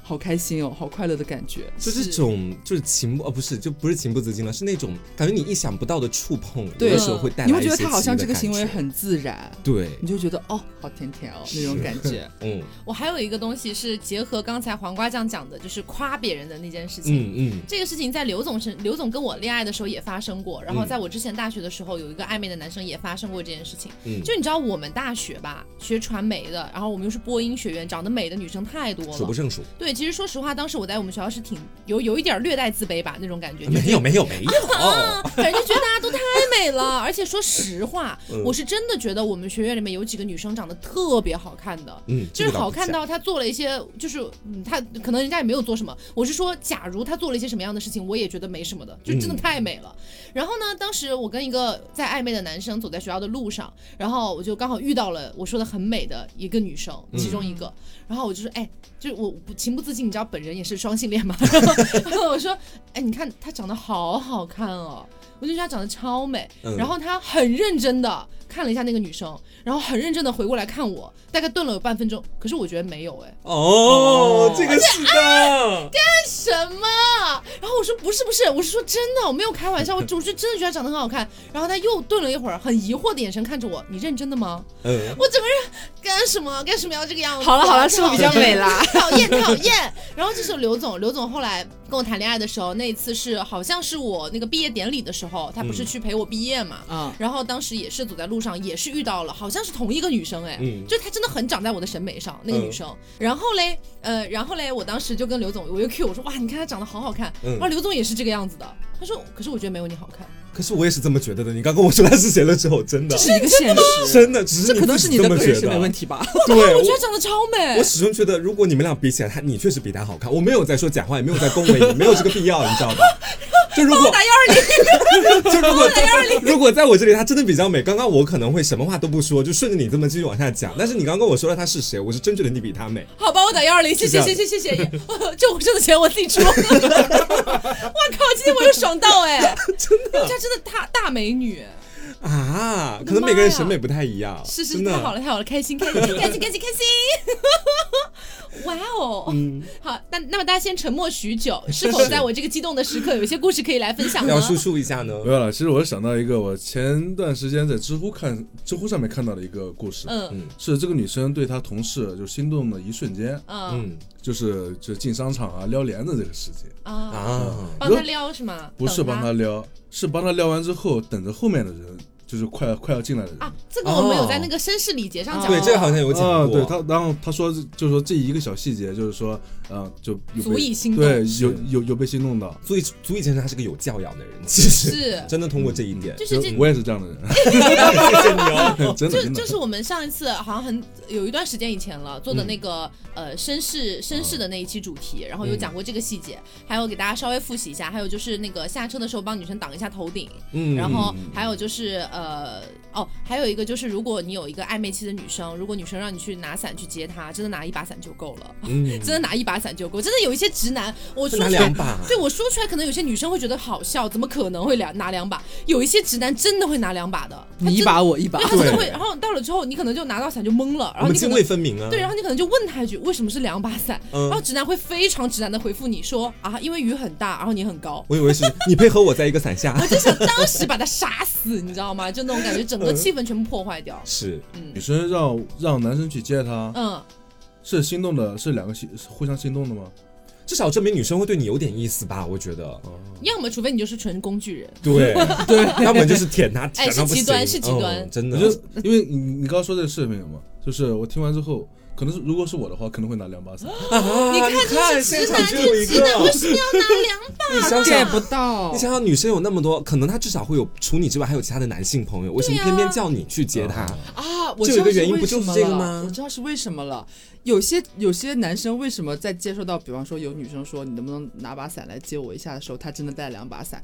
Speaker 3: 好开心哦，好快乐的感觉。
Speaker 2: 就这种，就是情不，哦，不是，就不是情不自禁了，是那种感觉你意想不到的触碰，有
Speaker 3: 对
Speaker 2: 的时候会带来
Speaker 3: 你会
Speaker 2: 一
Speaker 3: 觉得
Speaker 2: 些
Speaker 3: 他好像
Speaker 2: 奇
Speaker 3: 这
Speaker 2: 异
Speaker 3: 个
Speaker 2: 的
Speaker 3: 行为
Speaker 2: 感觉
Speaker 3: 很自然，
Speaker 2: 对，
Speaker 3: 你就觉得哦，好甜甜哦那种 感觉。
Speaker 2: 嗯
Speaker 1: 我还有一个东西是结合刚才黄瓜酱讲的，就是夸别人的那件事情。
Speaker 2: 嗯嗯
Speaker 1: 这个事情在刘总身，刘总跟我恋爱的时候也发生过，然后
Speaker 2: 嗯
Speaker 1: 在我之前大学的时候，有一个暧昧的男生也发生过这件事情。
Speaker 2: 嗯，
Speaker 1: 就你知道我们大学吧，学传媒的，然后我们又是播音学院，长得美的女生太多
Speaker 2: 数不
Speaker 1: 了。
Speaker 2: 胜数。
Speaker 1: 对，其实说实话，当时我在我们学校是挺有有一点略带自卑吧那种 感觉，就
Speaker 2: 没有没有没 有，
Speaker 1: 啊，反正就觉得大家都太美 了。而且说实话，
Speaker 2: 嗯
Speaker 1: 我是真的觉得我们学院里面有几个女生长得特别好看的。
Speaker 2: 嗯，
Speaker 1: 就
Speaker 2: 这
Speaker 1: 是
Speaker 2: 个倒
Speaker 1: 好
Speaker 2: 不
Speaker 1: 看
Speaker 2: 假
Speaker 1: 到她做了一些，就是嗯，她可能人家也没有做什么。我是说，假如她做了一些什么样的事情，我也觉得没什么的，就真的
Speaker 2: 嗯
Speaker 1: 太美了。然后呢，当时我跟一个在暧昧的男生走在学校的路上，然后我就刚好遇到了我说的很美的一个女生，其中一个。然后我就说，哎，就是我不情不自禁，你知道本人也是双性恋嘛， 然后然后我说，哎，你看她长得好好看哦，我就觉得她长得超美。
Speaker 2: 嗯
Speaker 1: 然后他很认真的看了一下那个女生，然后很认真的回过来看我，大概顿了有半分钟。可是我觉得没有，哎，
Speaker 2: 哦，这个是 的，
Speaker 1: 什么？然后我说不是不是，我是说真的，我没有开玩笑，我我是真的觉得她长得很好看。然后他又顿了一会儿，很疑惑的眼神看着我，你认真的吗？
Speaker 2: 嗯，
Speaker 1: 我整个人干什么？干什么要这个样子？
Speaker 3: 好了好了，是我比较美啦。
Speaker 1: 讨厌讨厌。然后这时候刘总，刘总后来跟我谈恋爱的时候，那一次是好像是我那个毕业典礼的时候，他不是
Speaker 2: 嗯
Speaker 1: 去陪我毕业嘛？
Speaker 3: 啊，
Speaker 1: 然后当时也是走在路上，也是遇到了，好像是同一个女生哎，
Speaker 2: 嗯
Speaker 1: 就她真的很长在我的审美上那个
Speaker 2: 嗯
Speaker 1: 女生。然后嘞，呃，然后嘞，我当时就跟刘总，我又 Q 我说哇，你看她长得好好看，
Speaker 2: 嗯
Speaker 1: 然后刘总也是这个样子的，他说可是我觉得没有你好看，
Speaker 2: 可是我也是这么觉得的。你刚跟我说他是谁了之后，真的
Speaker 3: 这是一个现实，
Speaker 2: 真的，只是
Speaker 3: 这可能是你的
Speaker 2: 自
Speaker 3: 个
Speaker 2: 己
Speaker 3: 人
Speaker 2: 这么
Speaker 3: 审美
Speaker 2: 觉
Speaker 3: 问
Speaker 2: 得。
Speaker 3: 题吧。
Speaker 2: 对，
Speaker 1: 我
Speaker 2: 我
Speaker 1: 觉得她长得超美
Speaker 2: 我。始终觉得，如果你们俩比起来，他你确实比他好看。我没有在说假话，也没有在恭维你，没有这个必要，你知 道吧？就如果
Speaker 1: 打幺二零，
Speaker 2: 就如果如果在我这里，她真的比较美。刚刚我可能会什么话都不说，就顺着你这么继续往下讲。但是你刚刚跟我说了她是谁，我是真觉得你比她美。
Speaker 1: 好吧，我打幺二零，谢谢
Speaker 2: 是
Speaker 1: 谢
Speaker 2: 这
Speaker 1: 谢
Speaker 2: 样
Speaker 1: 谢谢， 也救护车的钱我自己 出。我靠，今天我又爽到哎，真的，她真的大大美女，
Speaker 2: 啊，
Speaker 1: 我的
Speaker 2: 可能
Speaker 1: 妈
Speaker 2: 每个人
Speaker 1: 呀
Speaker 2: 审美不太一样，
Speaker 1: 是是
Speaker 2: 真的
Speaker 1: 太好了太好了，开心开心开心开心开心， 哇哦！
Speaker 2: 嗯，
Speaker 1: 好，那那么大家先沉默许久，是否在我这个激动的时刻，有一些故事可以来分享呢
Speaker 2: 要？输出一下呢。
Speaker 4: 没有了，其实我想到一个，我前段时间在知乎看知乎上面看到的一个故事，
Speaker 1: 嗯
Speaker 4: 是这个女生对她同事就心动的一瞬间，
Speaker 1: 嗯
Speaker 2: 嗯
Speaker 4: 就是就进商场啊撩帘子这个事情，
Speaker 1: 啊，
Speaker 2: 啊，
Speaker 1: 帮他撩是吗？
Speaker 4: 不是
Speaker 1: 等
Speaker 4: 帮她撩，是帮她撩完之后等着后面的人，就是快快要进来的人。
Speaker 1: 啊，这个我们有在
Speaker 2: 哦
Speaker 1: 那个绅士礼节上讲过，
Speaker 2: 对，这个好像有讲
Speaker 4: 啊，
Speaker 2: 过。
Speaker 4: 对他，然后他说，就是说这一个小细节，就是说，嗯、就有
Speaker 1: 足
Speaker 4: 被
Speaker 1: 以心动
Speaker 4: 对，
Speaker 2: 是
Speaker 4: 有有有被心动到，
Speaker 2: 足以足以证明他是个有教养的人，其实
Speaker 1: 是
Speaker 2: 真的通过这一点，
Speaker 1: 就是这
Speaker 4: 我也是这样的人，
Speaker 2: 谢谢你哦。
Speaker 4: 真
Speaker 1: 就
Speaker 4: 的真的
Speaker 1: 就。是我们上一次好像很有一段时间以前了做的那个、呃绅士绅士的那一期主题，然后有讲过这个细节，还有给大家稍微复习一下，还有就是那个下车的时候帮女生挡一下头顶，
Speaker 2: 嗯
Speaker 1: 然后还有就是呃呃，哦，还有一个就是，如果你有一个暧昧期的女生，如果女生让你去拿伞去接她，真的拿一把伞就够了，
Speaker 2: 嗯，
Speaker 1: 真的拿一把伞就够。真的有一些直男，我
Speaker 2: 会
Speaker 1: 说
Speaker 2: 拿
Speaker 1: 出来
Speaker 2: 两，把，
Speaker 1: 对我说出来，可能有些女生会觉得好笑，怎么可能会两拿两把？有一些直男真的会拿两把的，他
Speaker 3: 你一
Speaker 1: 真
Speaker 3: 把我一把
Speaker 1: 对，，他真的
Speaker 2: 对
Speaker 1: 会。然后到了之后，你可能就拿到伞就懵了，然
Speaker 2: 我
Speaker 1: 后
Speaker 2: 们
Speaker 1: 你可
Speaker 2: 泾
Speaker 1: 能
Speaker 2: 渭分明啊。
Speaker 1: 对，然后你可能就问他一句，为什么是两把伞？然后
Speaker 2: 嗯，
Speaker 1: 直男会非常直男的回复你说啊，因为雨很大，然后你很高。
Speaker 2: 我以为是你配合我在一个伞下。
Speaker 1: 我就想当时把他杀死，你知道吗？就那种感觉，整个气氛全部破坏掉。
Speaker 2: 是，
Speaker 1: 嗯
Speaker 4: 女生让让男生去接她，
Speaker 1: 嗯，
Speaker 4: 是心动的，是两个心是互相心动的吗？
Speaker 2: 至少证明女生会对你有点意思吧？我觉得，
Speaker 1: 要么除非你就是纯工具人，
Speaker 2: 对，
Speaker 3: 对，
Speaker 2: 要么就是舔她，
Speaker 1: 哎
Speaker 2: 舔到
Speaker 1: 是
Speaker 2: 不
Speaker 1: 极端
Speaker 2: 行
Speaker 1: 是极端
Speaker 2: 嗯真
Speaker 4: 我
Speaker 2: 的
Speaker 4: 觉。得，因为你你刚刚说这个视频嘛，就是我听完之后，可能是如果是我的话，可能会拿两把伞。
Speaker 2: 啊
Speaker 1: 你看这
Speaker 2: 看
Speaker 1: 是
Speaker 2: 现
Speaker 1: 直
Speaker 2: 场
Speaker 1: 男
Speaker 2: 就有一
Speaker 1: 就直男，为
Speaker 2: 个，
Speaker 1: 什么要拿 两把？
Speaker 2: 你想
Speaker 3: get 不
Speaker 2: 想。
Speaker 3: 到
Speaker 2: 你。想想，女生有那么多，可能她至少会有除你之外还有其他的男性朋友，为什么
Speaker 1: 对啊
Speaker 2: 偏偏叫你去接她？
Speaker 4: 嗯
Speaker 3: 啊，我
Speaker 2: 就有
Speaker 3: 知道
Speaker 2: 一个
Speaker 3: 是
Speaker 2: 原因
Speaker 3: 为
Speaker 2: 不就是
Speaker 3: 什么
Speaker 2: 这个
Speaker 3: 了
Speaker 2: 吗
Speaker 3: 我知道是为什么了。有些有些男生为什么在接受到，比方说有女生说你能不能拿把伞来接我一下的时候，他真的带两把伞。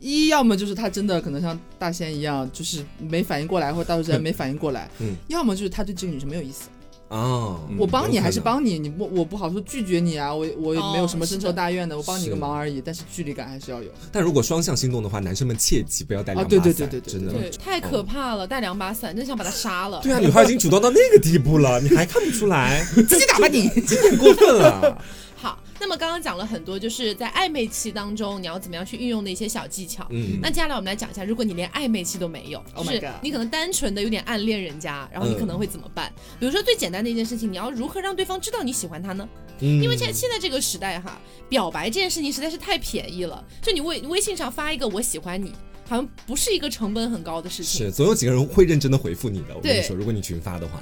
Speaker 3: 一要么就是他真的可能像大仙一样，就是没反应过来，或者大头之间没反应过来；
Speaker 2: 嗯
Speaker 3: 要么就是他对这个女生没有意思。
Speaker 2: 啊，
Speaker 4: 嗯
Speaker 3: 我帮
Speaker 2: 有
Speaker 3: 你
Speaker 2: 可
Speaker 3: 还是
Speaker 2: 能
Speaker 3: 帮你，你不我不好说拒绝你啊，我我也没有什么
Speaker 1: 哦是
Speaker 3: 深
Speaker 1: 的
Speaker 3: 仇大怨的，我帮你个
Speaker 2: 是
Speaker 3: 忙而已。但是距离感还是要 有。
Speaker 2: 但如果双向心动的话，男生们切记不要带两把伞，
Speaker 3: 啊对对对对对
Speaker 2: 真的。
Speaker 1: 对，太可怕了，带两把伞，真想把他杀了。
Speaker 2: 对啊，女孩已经主动到那个地步了，你还看不出来？
Speaker 3: 自己打吧 你。
Speaker 2: 很过分了。
Speaker 1: 好，那么刚刚讲了很多，就是在暧昧期当中，你要怎么样去运用的一些小技巧。
Speaker 2: 嗯，
Speaker 1: 那接下来我们来讲一下，如果你连暧昧期都没有，就
Speaker 3: Oh my
Speaker 1: 是
Speaker 3: God
Speaker 1: 你可能单纯的有点暗恋人家，然后你
Speaker 2: 嗯
Speaker 1: 可能会怎么办？比如说最简单的一件事情，你要如何让对方知道你喜欢他呢？
Speaker 2: 因
Speaker 1: 因为现在
Speaker 2: 嗯
Speaker 1: 现在这个时代哈，表白这件事情实在是太便宜了，就你微微信上发一个我喜欢你，好像不是一个成本很高的事情。
Speaker 2: 是总有几个人会认真的回复你的。我跟你
Speaker 1: 对
Speaker 2: 说，如果你群发的话，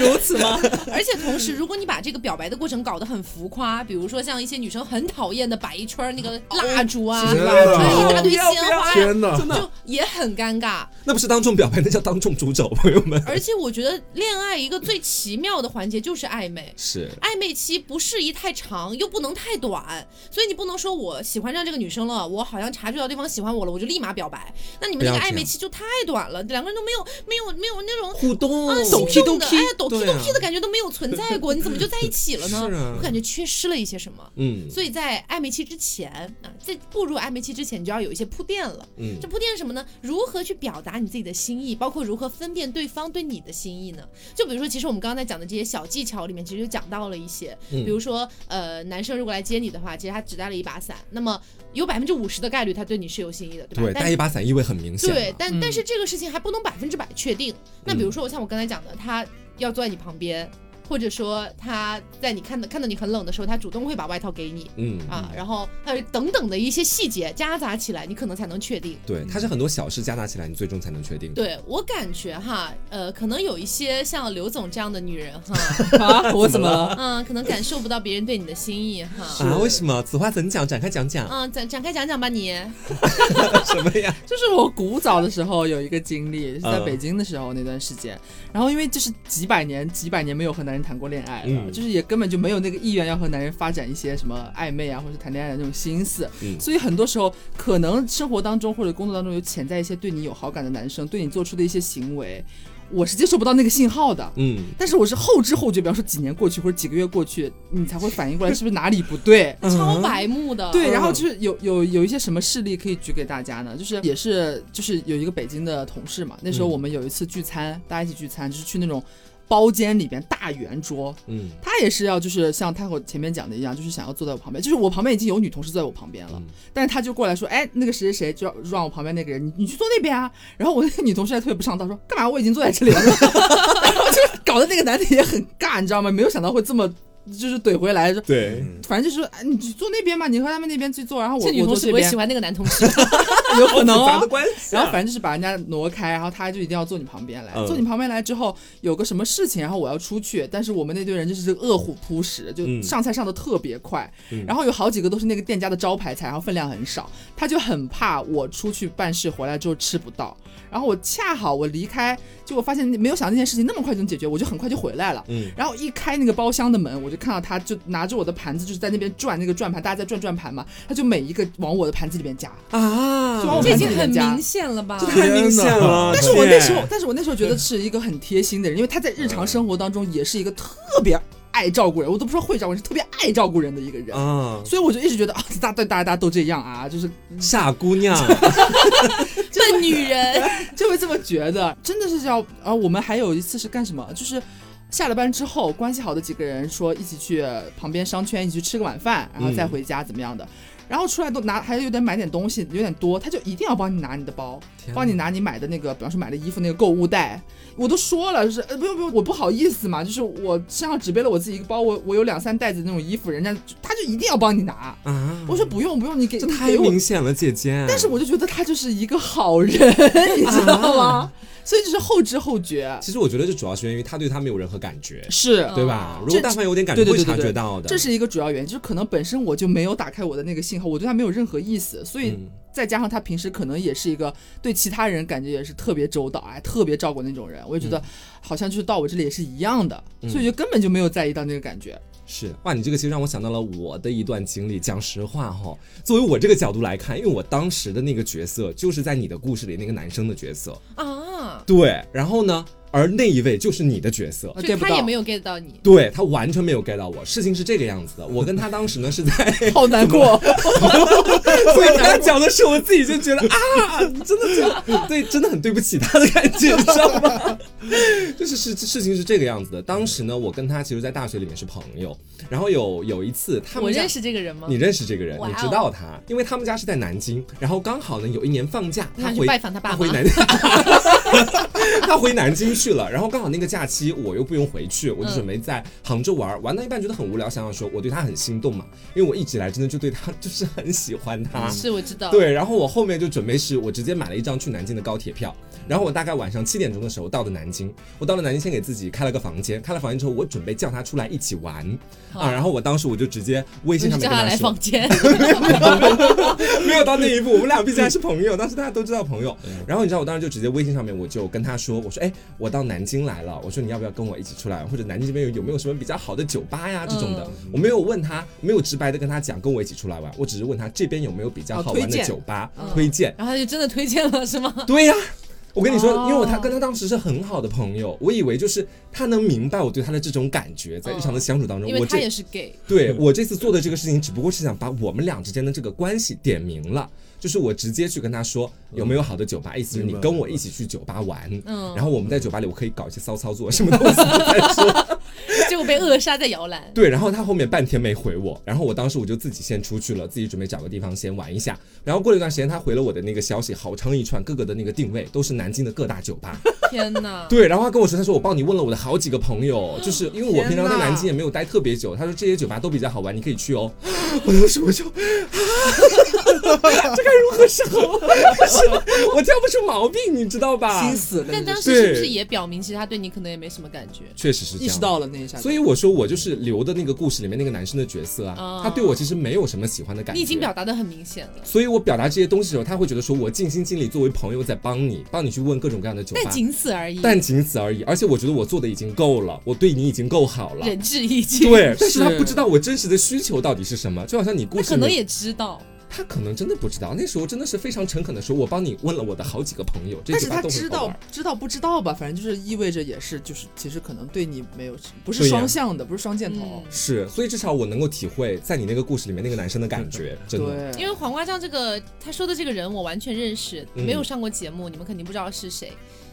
Speaker 3: 如此吗？
Speaker 1: 而且同时，如果你把这个表白的过程搞得很浮夸，比如说像一些女生很讨厌的摆一圈儿那个蜡烛啊，
Speaker 4: 天
Speaker 1: 摆
Speaker 4: 哪！
Speaker 1: 一大堆鲜花呀，
Speaker 4: 天哪！
Speaker 1: 就也很尴尬。
Speaker 2: 那不是当众表白，那叫当众煮肘， 朋友们。
Speaker 1: 而且我觉得恋爱一个最奇妙的环节就是暧昧。
Speaker 2: 是，
Speaker 1: 暧昧期不适宜太长，又不能太短，所以你不能说我喜欢上这个女生了，我好像察觉到对方喜欢我了，我就立马表白。那你们这
Speaker 2: 不
Speaker 1: 个
Speaker 2: 要这样
Speaker 1: 暧昧期就太短了，两个人都没有没有没有那种
Speaker 2: 互动
Speaker 1: 啊
Speaker 3: 懂
Speaker 1: 心
Speaker 3: 屁
Speaker 1: 动
Speaker 3: 懂
Speaker 1: 的，
Speaker 3: 屁
Speaker 1: 哎呀抖屁
Speaker 2: 对
Speaker 1: 动
Speaker 2: 啊
Speaker 1: 屁的感觉都没有存在过，你怎么就在一起了呢？
Speaker 2: 是啊
Speaker 1: 我感觉缺失了一些什么。
Speaker 2: 嗯
Speaker 1: 所以在暧昧期之前啊，在步入暧昧期之前，你就要有一些铺垫了。
Speaker 2: 嗯
Speaker 1: 这，铺垫是什么呢？如何去表达你自己的心意，包括如何分辨对方对你的心意呢？就比如说，其实我们刚才讲的这些小技巧里面，其实就讲到了一些，
Speaker 2: 嗯
Speaker 1: 比如说，呃，男生如果来接你的话，其实他只带了一把伞，那么有百分之五十的概率他对你是有心意的，对吧？
Speaker 2: 对，
Speaker 1: 但
Speaker 2: 带一把伞意味很明显嘛。
Speaker 1: 对，但、
Speaker 3: 嗯
Speaker 1: 但是这个事情还不能百分之百确定。那比如说，我像我刚才讲的，他要坐在你旁边，或者说他在你看到看到你很冷的时候，他主动会把外套给你
Speaker 2: 嗯
Speaker 1: 啊，然后呃等等的一些细节夹杂起来，你可能才能确定。
Speaker 2: 对，它是很多小事加大起来，你最终才能确定。，
Speaker 1: 对我感觉哈，呃，可能有一些像刘总这样的女人哈，
Speaker 3: 啊，我怎么了？
Speaker 1: 嗯，可能感受不到别人对你的心意哈。
Speaker 2: 啊，为什么？此话怎讲？展开讲讲。
Speaker 1: 嗯，展展开讲讲吧你，
Speaker 3: 嗯
Speaker 2: 什么呀？
Speaker 3: 就是我古早的时候有一个经历，是在
Speaker 2: 嗯
Speaker 3: 北京的时候那段时间，然后因为就是几百年几百年没有和男人谈过恋爱了，
Speaker 2: 嗯
Speaker 3: 就是也根本就没有那个意愿要和男人发展一些什么暧昧啊，或者谈恋爱的那种心思，
Speaker 2: 嗯
Speaker 3: 所以很多时候可能生活当中或者工作当中有潜在一些对你有好感的男生对你做出的一些行为，我是接受不到那个信号的。
Speaker 2: 嗯，
Speaker 3: 但是我是后知后觉，比方说几年过去或者几个月过去，你才会反应过来是不是哪里不对。
Speaker 1: 超白目的。
Speaker 3: 对，然后
Speaker 2: 嗯
Speaker 3: 就是有有有一些什么事例可以举给大家呢？就是也是就是有一个北京的同事嘛，那时候
Speaker 2: 嗯
Speaker 3: 我们有一次聚餐，大家一起聚餐，就是去那种包间里边大圆桌，
Speaker 2: 嗯
Speaker 3: 他也是要就是像太后前面讲的一样，就是想要坐在我旁边，就是我旁边已经有女同事坐在我旁边了，
Speaker 2: 嗯
Speaker 3: 但是他就过来说，哎，那个谁谁谁就要让我旁边那个人，你你去坐那边啊。然后我那个女同事还特别不上道，说干嘛？我已经坐在这里了。 然后就是搞得那个男的也很尬，你知道吗？没有想到会这么就是怼回来，说
Speaker 2: 对，
Speaker 4: 嗯
Speaker 3: 反正就是说，哎，你去坐那边吧，你和他们那边去坐，然后我
Speaker 1: 这女
Speaker 3: 我
Speaker 1: 同
Speaker 3: 坐
Speaker 1: 事
Speaker 3: 这
Speaker 1: 不会
Speaker 3: 边
Speaker 1: 喜，欢那个男同 事，
Speaker 3: 有 可能、
Speaker 2: 复杂
Speaker 3: 哦
Speaker 2: 的。关系啊。
Speaker 3: 然后反正就是把人家挪开，然后他就一定要坐你旁边来。
Speaker 2: 嗯
Speaker 3: 坐你旁边来之后，有个什么事情，然后我要出去，但是我们那堆人就是饿虎扑食，就
Speaker 2: 嗯
Speaker 3: 上菜上的特别快，
Speaker 2: 嗯
Speaker 3: 然后有好几个都是那个店家的招牌菜，然后分量很少，他就很怕我出去办事回来之后吃不到。然后我恰好我离开，就我发现没有想到那件事情那么快就能解决，我就很快就回来了。
Speaker 2: 嗯
Speaker 3: 然后一开那个包厢的门，我就看到他就拿着我的盘子，就是在那边转那个转盘，大家在转转盘嘛，他就每一个往我的盘子里面夹，
Speaker 2: 啊，
Speaker 3: 就把我
Speaker 1: 这已
Speaker 3: 搬
Speaker 1: 经
Speaker 3: 进
Speaker 1: 很
Speaker 3: 人家
Speaker 1: 明。显了吧
Speaker 2: 这？太明显了。
Speaker 3: 但是我那时候
Speaker 2: 姐，
Speaker 3: 但是我那时候觉得是一个很贴心的人，因为他在日常生活当中也是一个特别爱照顾人，我都不说会照顾人，是特别爱照顾人的一个人。
Speaker 2: 啊，
Speaker 3: 所以我就一直觉得啊，大对大家大家都这样啊，就是
Speaker 2: 傻姑娘，
Speaker 1: 笨女人，
Speaker 3: 就会这么觉得，真的是要啊！我们还有一次是干什么？就是下了班之后，关系好的几个人说一起去旁边商圈一起去吃个晚饭，然后
Speaker 2: 嗯
Speaker 3: 再回家怎么样的。然后出来都拿，还有点买点东西，有点多，他就一定要帮你拿你的包，
Speaker 2: 天哪
Speaker 3: 帮你拿你买的那个，比方说买的衣服那个购物袋。我都说了，就是、呃、不用不用，我不好意思嘛，就是我身上只背了我自己一个包，我我有两三袋子那种衣服，人家就他就一定要帮你拿。
Speaker 2: 啊，
Speaker 3: 我说不用不用，你给
Speaker 2: 这
Speaker 3: 你
Speaker 2: 太
Speaker 3: 给我
Speaker 2: 明显了，姐姐。
Speaker 3: 但是我就觉得他就是一个好 人，你知道吗？所以就是后知后觉，
Speaker 2: 其实我觉得这主要是源于他对他没有任何感觉，
Speaker 3: 是哦
Speaker 2: 对吧？
Speaker 1: 嗯
Speaker 2: 如果但凡有点感觉，
Speaker 3: 对
Speaker 2: 会
Speaker 3: 对对
Speaker 2: 察
Speaker 3: 对对
Speaker 2: 觉到的。
Speaker 3: 这是一个主要原因，就是可能本身我就没有打开我的那个信号，我对他没有任何意思，所以
Speaker 2: 嗯
Speaker 3: 再加上他平时可能也是一个对其他人感觉也是特别周到，哎，特别照顾那种人，我就觉得好像就是到我这里也是一样的，所以就根本就没有在意到那个感觉。
Speaker 2: 是哇，你这个其实让我想到了我的一段经历。讲实话哈、作为我这个角度来看，因为我当时的那个角色就是在你的故事里那个男生的角色，
Speaker 1: 啊，
Speaker 2: 对。然后呢，而那一位就是你的角色。
Speaker 3: 啊
Speaker 1: 就
Speaker 3: get 不
Speaker 1: 他
Speaker 3: 到
Speaker 1: 也没有 get 到你，
Speaker 2: 对他完全没有 get 到我，事情是这个样子的。我跟他当时呢是在，
Speaker 3: 好难过，
Speaker 2: 所以他讲的是我自己就觉得啊，真的就对，真的很对不起他的感觉，你知道吗？ 就是事事情是这个样子的。当时呢，我跟他其实，在大学里面是朋友，然后有有一次他
Speaker 1: 我
Speaker 2: 们家
Speaker 1: 认识这个人吗
Speaker 2: 你？认识这个人，
Speaker 1: 哇
Speaker 2: 你
Speaker 1: 哦
Speaker 2: 知道他，因为他们家是在南京，然后刚好呢有一年放假，
Speaker 1: 他去
Speaker 2: 回
Speaker 1: 拜访他爸
Speaker 2: 他回
Speaker 1: 妈
Speaker 2: 南， 他回南京去了，然后刚好那个假期我又不用回去，我就
Speaker 1: 嗯
Speaker 2: 准备在杭州玩，玩到一半觉得很无聊，想想说我对他很心动嘛，因为我一直以来真的就对他 就是很喜欢他，
Speaker 1: 是我知道，
Speaker 2: 对，然后我后面就准备是我直接买了一张去南京的高铁票，然后我大概晚上七点钟的时候到的南京。我到了南京，先给自己开了个房间，开了房间之后，我准备叫他出来一起玩啊。
Speaker 1: 哦
Speaker 2: 然后我当时我就直接
Speaker 1: 我
Speaker 2: 微信
Speaker 1: 就
Speaker 2: 上面
Speaker 1: 叫
Speaker 2: 跟
Speaker 1: 他来
Speaker 2: 说
Speaker 1: 房， 间，
Speaker 2: 没有到那一步，我们俩毕竟还是朋友，当时大家都知道朋友。然后你知道，我当时就直接微信上面我就跟他说，我说哎，我到南京来了，我说你要不要跟我一起出来，或者南京这边有有没有什么比较好的酒吧呀这种的
Speaker 1: 嗯。
Speaker 2: 我没有问他，没有直白的跟他讲跟我一起出来玩，我只是问他这边有没有比较
Speaker 3: 哦
Speaker 2: 好
Speaker 3: 推
Speaker 2: 玩的
Speaker 3: 荐
Speaker 2: 酒吧
Speaker 1: 嗯
Speaker 2: 推荐。
Speaker 1: 然后他就真的推荐了是吗？
Speaker 2: 对呀、我跟你说，
Speaker 1: 哦
Speaker 2: 因为我他跟他当时是很好的朋友，我以为就是他能明白我对他的这种感觉，在日常的相处当中，
Speaker 1: 因
Speaker 2: 我
Speaker 1: 为他
Speaker 2: 这
Speaker 1: 也是 gay，
Speaker 2: 对我这次做的这个事情，只不过是想把我们俩之间的这个关系点明了，就是我直接去跟他说有没有好的酒吧，意思是你
Speaker 4: 明白
Speaker 2: 跟我一起去酒吧玩，
Speaker 1: 嗯
Speaker 2: 然后我们在酒吧里我可以搞一些骚操作什么东 西再说。
Speaker 1: 结果被扼杀在摇篮。
Speaker 2: 对，然后他后面半天没回我，然后我当时我就自己先出去了，自己准备找个地方先玩一下。然后过了一段时间，他回了我的那个消息，好长一串，各个的那个定位都是南京的各大酒吧。
Speaker 1: 天哪！
Speaker 2: 对，然后他跟我说，他说我帮你问了我的好几个朋友，就是因为我平常在南京也没有待特别久，他说这些酒吧都比较好玩，你可以去哦。 我当时我就，啊、这该如何是好？是的，我挑不出毛病，你知道吧
Speaker 3: 心？死了，
Speaker 1: 但当
Speaker 3: 时
Speaker 1: 时是不是
Speaker 2: 对
Speaker 1: 也表明，其实他对你可能也没什么感觉？
Speaker 2: 确实是这
Speaker 3: 意
Speaker 2: 样
Speaker 3: 识。到了那一下子，
Speaker 2: 所以我说，我就是刘的那个故事里面那个男生的角色啊，
Speaker 1: 哦
Speaker 2: 他对我其实没有什么喜欢的感觉。
Speaker 1: 你已经表达的很明显了。
Speaker 2: 所以我表达这些东西的时候，他会觉得说我尽心尽力作为朋友在帮你，帮你去问各种各样的酒吧，
Speaker 1: 但仅此而已，
Speaker 2: 但仅此而已。而且我觉得我做的已经够了，我对你已经够好了。
Speaker 1: 仁至义尽。
Speaker 2: 对，但是他
Speaker 3: 是
Speaker 2: 不知道我真实的需求到底是什么，就好像你故
Speaker 1: 他
Speaker 2: 事
Speaker 1: 可
Speaker 2: 里
Speaker 1: 能
Speaker 2: 面，
Speaker 1: 也知道，
Speaker 2: 他可能真的不知道。那时候真的是非常诚恳的说，我帮你问了我的好几个朋友，这
Speaker 3: 但是
Speaker 2: 酒吧
Speaker 3: 他
Speaker 2: 都啊很
Speaker 3: 知
Speaker 2: 好
Speaker 3: 道
Speaker 2: 玩。
Speaker 3: 知道不知道吧，反正就是意味着也是就是其实可能对你没有不是
Speaker 2: 对呀
Speaker 3: 双向的，不是双箭
Speaker 2: 嗯
Speaker 1: 嗯
Speaker 3: 头，
Speaker 2: 是，所以至少我能够体会在你那个故事里面那个男生的感 觉，真的。
Speaker 3: 对，
Speaker 1: 因为黄瓜酱这个他说的这个人我完全认识，
Speaker 2: 嗯
Speaker 1: 没有上过节目，你们肯定不知道是谁。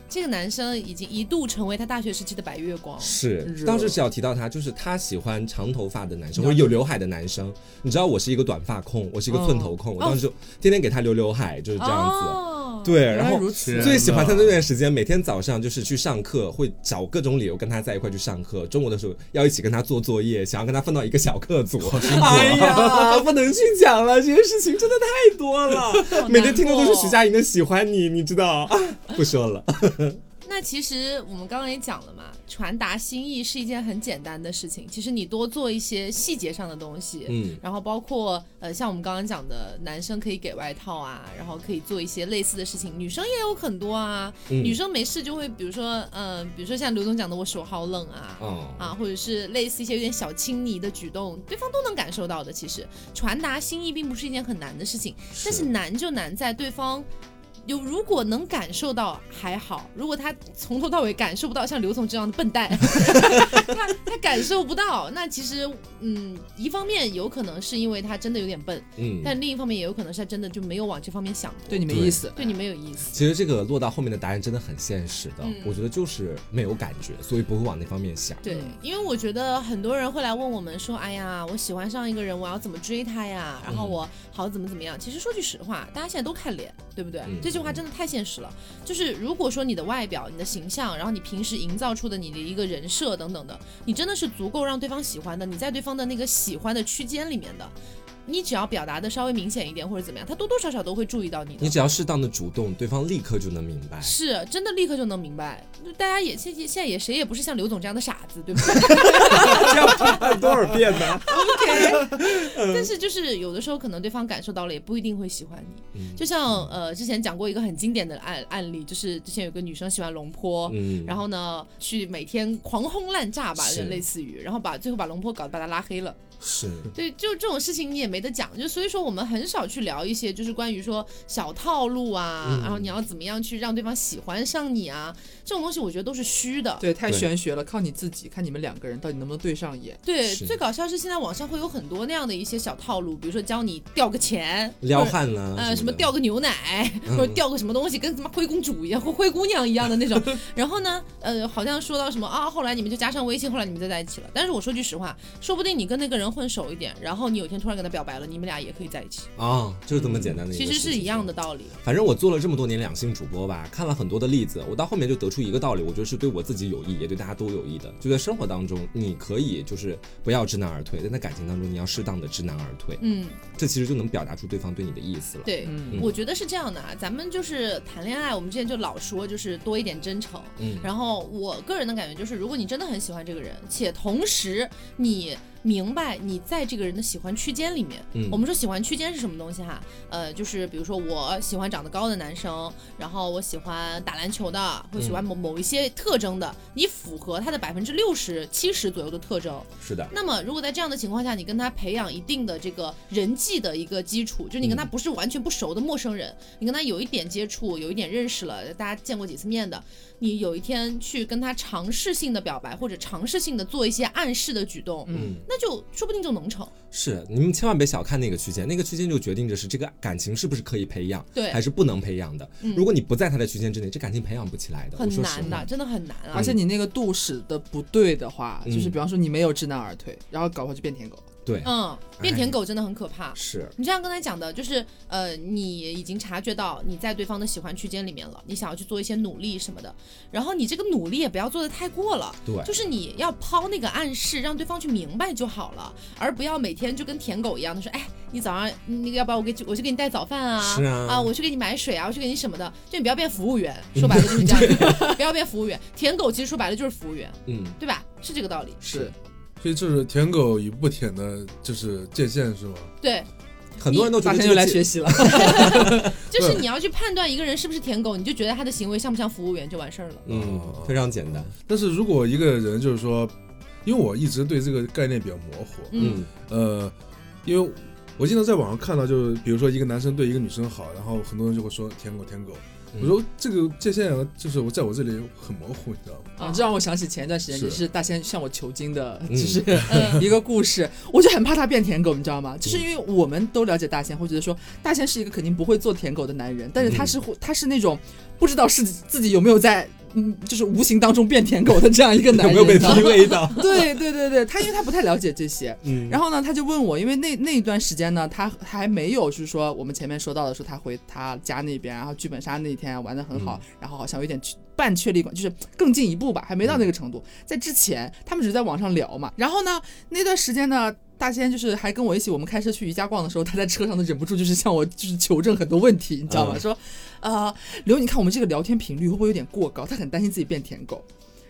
Speaker 1: 这个男生已经一度成为他大学时期的白月光，
Speaker 2: 是，
Speaker 3: 热
Speaker 2: 当时只要提到他，就是他喜欢长头发的男生，
Speaker 3: 了
Speaker 2: 或
Speaker 3: 解
Speaker 2: 者有刘海的男生。你知道我是一个短发控，我是一个
Speaker 3: 哦
Speaker 2: 寸头控，我当时就天天给他留刘海，就是这样子。
Speaker 1: 哦、
Speaker 2: 对，
Speaker 3: 原
Speaker 2: 然
Speaker 3: 来
Speaker 2: 后
Speaker 3: 如此
Speaker 4: 天
Speaker 2: 最喜欢他的那
Speaker 4: 呐
Speaker 2: 段时间，每天早上就是去上课，会找各种理由跟他在一块去上课。中午的时候要一起跟他做作业，想要跟他分到一个小课组。哎呀，不能去讲了，这些事情真的太 多了。每天听的都是徐佳莹的《喜欢你》，你知道？啊不说了。
Speaker 1: 那那其实我们刚刚也讲了嘛，传达心意是一件很简单的事情。其实你多做一些细节上的东西，
Speaker 2: 嗯，
Speaker 1: 然后包括呃，像我们刚刚讲的，男生可以给外套啊，然后可以做一些类似的事情，女生也有很多啊。
Speaker 2: 嗯
Speaker 1: 女生没事就会，比如说，嗯、比如说像刘总讲的，我手好冷啊。
Speaker 2: 哦，
Speaker 1: 啊，或者是类似一些有点小亲昵的举动，对方都能感受到的。其实传达心意并不是一件很难的事情，但是难就难在对方有如果能感受到还好，如果他从头到尾感受不到，像刘总这样的笨蛋，他他感受不到，那其实嗯，一方面有可能是因为他真的有点笨，
Speaker 2: 嗯，
Speaker 1: 但另一方面也有可能是他真的就没有往这方面想过，
Speaker 3: 对你没
Speaker 2: 对
Speaker 3: 意思，
Speaker 1: 对你没有意思。
Speaker 2: 其实这个落到后面的答案真的很现实的，
Speaker 1: 嗯
Speaker 2: 我觉得就是没有感觉，所以不会往那方面想。
Speaker 1: 对，因为我觉得很多人会来问我们说，哎呀，我喜欢上一个人，我要怎么追他呀？然后
Speaker 2: 嗯
Speaker 1: 我好怎么怎么样？其实说句实话，大家现在都看脸，对不对？
Speaker 2: 嗯
Speaker 1: 这句话真的太现实了。就是如果说你的外表、你的形象，然后你平时营造出的你的一个人设等等的，你真的是足够让对方喜欢的，你在对方的那个喜欢的区间里面的，你只要表达的稍微明显一点或者怎么样，他多多少少都会注意到你的。
Speaker 2: 你只要适当的主动，对方立刻就能明白。
Speaker 1: 是真的，立刻就能明白。就大家也现现在也谁也不是像刘总这样的傻子，对不对？
Speaker 2: 这要看多少遍呢？
Speaker 1: 但是就是有的时候可能对方感受到了，也不一定会喜欢你。
Speaker 2: 嗯
Speaker 1: 就像呃之前讲过一个很经典的案案例，就是之前有个女生喜欢龙坡。
Speaker 2: 嗯，
Speaker 1: 然后呢，去每天狂轰滥炸吧，
Speaker 2: 是
Speaker 1: 人类似于，然后把最后把龙坡搞得把他拉黑了。
Speaker 2: 是
Speaker 1: 对，就这种事情你也没得讲，就所以说我们很少去聊一些就是关于说小套路啊，
Speaker 2: 嗯
Speaker 1: 然后你要怎么样去让对方喜欢上你啊，这种东西我觉得都是虚的。
Speaker 3: 对，太
Speaker 2: 对
Speaker 3: 玄学了，靠你自己，看你们两个人到底能不能对上眼。
Speaker 1: 对，
Speaker 2: 是
Speaker 1: 最搞笑是现在网上会有很多那样的一些小套路，比如说教你掉个钱，
Speaker 2: 撩汉呢？
Speaker 1: 呃，什么
Speaker 2: 啊么的
Speaker 1: 掉个牛奶，或者掉个什么东西，跟他妈灰公主一样或灰姑娘一样的那种。然后呢，呃，好像说到什么啊，后来你们就加上微信，后来你们就在一起了。但是我说句实话，说不定你跟那个人混熟一点，然后你有一天突然跟他表白了，你们俩也可以在一起，
Speaker 2: 啊，就是这么简单的一个
Speaker 1: 嗯其
Speaker 2: 事情。
Speaker 1: 实是一样的道理。
Speaker 2: 反正我做了这么多年两性主播吧，看了很多的例子，我到后面就得出一个道理，我觉得是对我自己有益，也对大家都有益的。就在生活当中，你可以就是不要知难而退，但在感情当中，你要适当的知难而退，
Speaker 1: 嗯，
Speaker 2: 这其实就能表达出对方对你的意思了。
Speaker 1: 对。
Speaker 3: 嗯
Speaker 1: 我觉得是这样的啊，咱们就是谈恋爱，我们之前就老说就是多一点真诚。
Speaker 2: 嗯
Speaker 1: 然后我个人的感觉就是，如果你真的很喜欢这个人，且同时你明白你在这个人的喜欢区间里面，
Speaker 2: 嗯
Speaker 1: 我们说喜欢区间是什么东西哈？呃，就是比如说我喜欢长得高的男生，然后我喜欢打篮球的，会喜欢某某一些特征的，你符合他的百分之六十、七十左右的特征，
Speaker 2: 是的，
Speaker 1: 那么，如果在这样的情况下，你跟他培养一定的这个人际的一个基础，就你跟他不是完全不熟的陌生人，你跟他有一点接触，有一点认识了，大家见过几次面的，你有一天去跟他尝试性的表白，或者尝试性的做一些暗示的举动，
Speaker 3: 嗯
Speaker 2: 嗯，
Speaker 1: 那就说不定就能成。
Speaker 2: 是你们千万别小看那个区间，那个区间就决定着是这个感情是不是可以培养，
Speaker 1: 对
Speaker 2: 还是不能培养的。
Speaker 1: 嗯
Speaker 2: 如果你不在他的区间之内，这感情培养不起来的。我
Speaker 1: 很
Speaker 2: 说实
Speaker 1: 难的，
Speaker 2: 话，
Speaker 1: 真的很难啊
Speaker 3: 而！且你那个度使的不对的话，
Speaker 2: 嗯
Speaker 3: 就是比方说你没有知难而退，然后搞不好就变舔狗。
Speaker 2: 对，
Speaker 1: 嗯，变
Speaker 2: 哎
Speaker 1: 舔狗真的很可怕。
Speaker 2: 是，
Speaker 1: 你就像刚才讲的，就是呃，你已经察觉到你在对方的喜欢区间里面了，你想要去做一些努力什么的，然后你这个努力也不要做的太过了，
Speaker 2: 对
Speaker 1: 就是你要抛那个暗示，让对方去明白就好了，而不要每天就跟舔狗一样的说，哎，你早上嗯那个要不要我给我去给你带早饭啊，
Speaker 2: 是啊
Speaker 1: 我去给你买水啊，我去给你什么的，就你不要变服务 员，说白了就是这样，不要变服务员，舔狗其实说白了就是服务员，
Speaker 2: 嗯，
Speaker 1: 对吧？是这个道理，
Speaker 3: 是，
Speaker 4: 所以就是舔狗与不舔的，就是界限是吗？
Speaker 1: 对，
Speaker 2: 很多人都觉
Speaker 3: 大
Speaker 2: 得
Speaker 3: 天
Speaker 2: 这
Speaker 3: 又
Speaker 2: 个
Speaker 3: 来
Speaker 2: 界
Speaker 3: 学习了，
Speaker 1: 就是
Speaker 4: 对
Speaker 1: 你要去判断一个人是不是舔狗，你就觉得他的行为像不像服务员就完事儿了。
Speaker 2: 嗯，非常简单。
Speaker 4: 但是如果一个人就是说，因为我一直对这个概念比较模糊，
Speaker 1: 嗯
Speaker 2: 嗯
Speaker 4: 呃，因为我经常在网上看到，就是比如说一个男生对一个女生好，然后很多人就会说舔狗舔狗。
Speaker 2: 嗯
Speaker 4: 我说这个界限就是我在我这里很模糊，你知道吗？
Speaker 3: 啊，这让我想起前一段时间
Speaker 4: 是
Speaker 3: 也是大仙向我求经的，
Speaker 2: 嗯
Speaker 3: 就是
Speaker 1: 嗯
Speaker 3: 一个故事，我就很怕他变舔狗，你知道吗？
Speaker 2: 嗯
Speaker 3: 就是因为我们都了解大仙，会觉得说大仙是一个肯定不会做舔狗的男人，但是
Speaker 2: 嗯
Speaker 3: 他是会，他是那种不知道是自己有没有在。嗯，就是无形当中变舔狗的这样一个男
Speaker 2: 有
Speaker 3: 人，
Speaker 2: 没有被
Speaker 3: 你知道吗
Speaker 2: PUA 到？
Speaker 3: 对对对对，他因为他不太了解这些，
Speaker 2: 嗯，
Speaker 3: 然后呢，他就问我，因为那那一段时间呢，他还没有，就是说我们前面说到的，说他回他家那边，然后剧本杀那一天玩的很好，
Speaker 2: 嗯
Speaker 3: 然后好像有点去半确立关，就是更进一步吧，还没到那个程度。在之前，他们只是在网上聊嘛。然后呢，那段时间呢，大仙就是还跟我一起，我们开车去宜家逛的时候，他在车上都忍不住就是向我就是求证很多问题，你知道吗？
Speaker 2: 嗯
Speaker 3: 说，呃，刘，你看我们这个聊天频率会不会有点过高？他很担心自己变舔狗。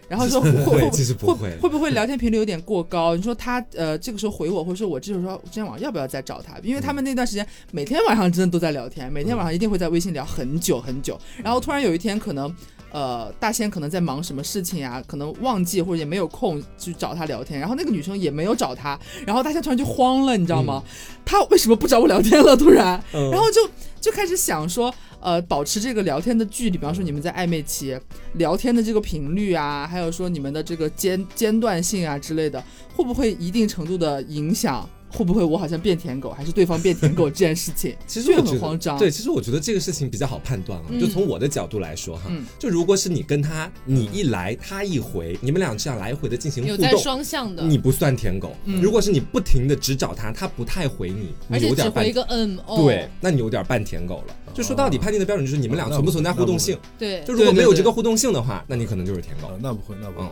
Speaker 3: 然后说会
Speaker 2: 不会
Speaker 3: 会
Speaker 2: 其实不
Speaker 3: 会
Speaker 2: 会
Speaker 3: 会不会聊天频率有点过高？你说他呃这个时候回我，或者说我这时候说今天晚上要不要再找他？因为他们那段时间每天晚上真的都在聊天，每天晚上一定会在微信聊很久很久。
Speaker 2: 嗯
Speaker 3: 然后突然有一天可能呃大仙可能在忙什么事情啊，可能忘记或者也没有空去找他聊天，然后那个女生也没有找他，然后大仙突然就慌了，你知道吗？他为什么不找我聊天了？突然，
Speaker 2: 嗯
Speaker 3: 然后就就开始想说，呃，保持这个聊天的距离，比方说你们在暧昧期聊天的这个频率啊，还有说你们的这个间间断性啊之类的，会不会一定程度的影响？会不会我好像变舔狗，还是对方变舔狗这件事 情？
Speaker 2: 其实
Speaker 3: 就
Speaker 2: 我觉
Speaker 3: 很
Speaker 2: 得
Speaker 3: 慌张。
Speaker 2: 对，，其实我觉得这个事情比较好判断啊，
Speaker 1: 嗯
Speaker 2: 就从我的角度来说哈，
Speaker 3: 嗯
Speaker 2: 就如果是你跟他你一来他一回，你们俩这样来回的进行
Speaker 1: 有
Speaker 2: 互
Speaker 1: 在
Speaker 2: 动。
Speaker 1: 双向的，
Speaker 2: 你不算舔狗，
Speaker 3: 嗯
Speaker 2: 如果是你不停的只找他，他不太回你，
Speaker 1: 而且
Speaker 2: 你有
Speaker 1: 只
Speaker 2: 点半
Speaker 1: 回一个嗯哦，
Speaker 2: 对，那你有点半舔狗了。就说到底，判定的标准就是你们俩
Speaker 4: 哦
Speaker 2: 存不存在互动性。
Speaker 1: 对
Speaker 2: 就如果没有
Speaker 3: 对对
Speaker 2: 这个互动性的话，那你可能就是舔狗
Speaker 4: 啊。那不会，那不会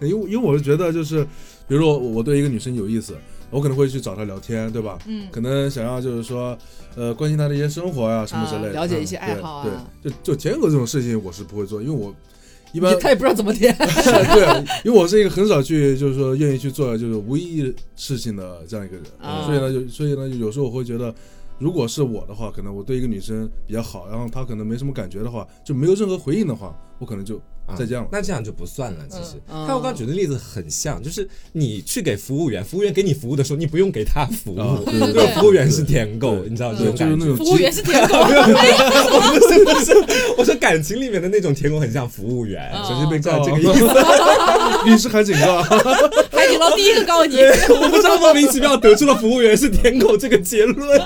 Speaker 2: 嗯，，
Speaker 4: 因为因为我是觉得就是，比如说我我对一个女生有意思，我可能会去找她聊天，对吧？
Speaker 1: 嗯
Speaker 4: 可能想要就是说，呃，关心她的一些生活啊什么之类的，
Speaker 3: 啊了解一些
Speaker 4: 嗯
Speaker 3: 爱好啊
Speaker 4: 对，对，就就舔狗这种事情我是不会做，因为我一般
Speaker 3: 他也不知道怎么 舔。
Speaker 4: 对，因为我是一个很少去，就是说愿意去做就是无意义事情的这样一个人，
Speaker 3: 啊
Speaker 4: 所以呢，就所以呢，有时候我会觉得，如果是我的话，可能我对一个女生比较好，然后她可能没什么感觉的话，就没有任何回应的话，我可能就
Speaker 2: 啊
Speaker 4: 再见 了。
Speaker 2: 那这样就不算了。其实，
Speaker 3: 嗯
Speaker 2: 他我刚举的例子很像，就是你去给服务员，服务员给你服务的时候，你不用给他服务，
Speaker 4: 啊对
Speaker 1: 对
Speaker 2: 就是
Speaker 1: 对
Speaker 2: 服务员是舔狗，
Speaker 4: 对
Speaker 2: 你知道这
Speaker 4: 对，
Speaker 2: 种
Speaker 4: 就
Speaker 2: 感
Speaker 4: 是
Speaker 2: 觉。
Speaker 4: 那种
Speaker 1: 服务员
Speaker 4: 机
Speaker 1: 是舔 狗，
Speaker 2: 不是不是， 我说感情里面的那种舔狗很像服务员，
Speaker 1: 嗯
Speaker 2: 只是被
Speaker 4: 告啊
Speaker 2: 告这个意思。
Speaker 4: 律师函警告，
Speaker 1: 海底捞第一个告你。
Speaker 2: 我不知道莫名其妙得出了服务员是舔狗这个结 论。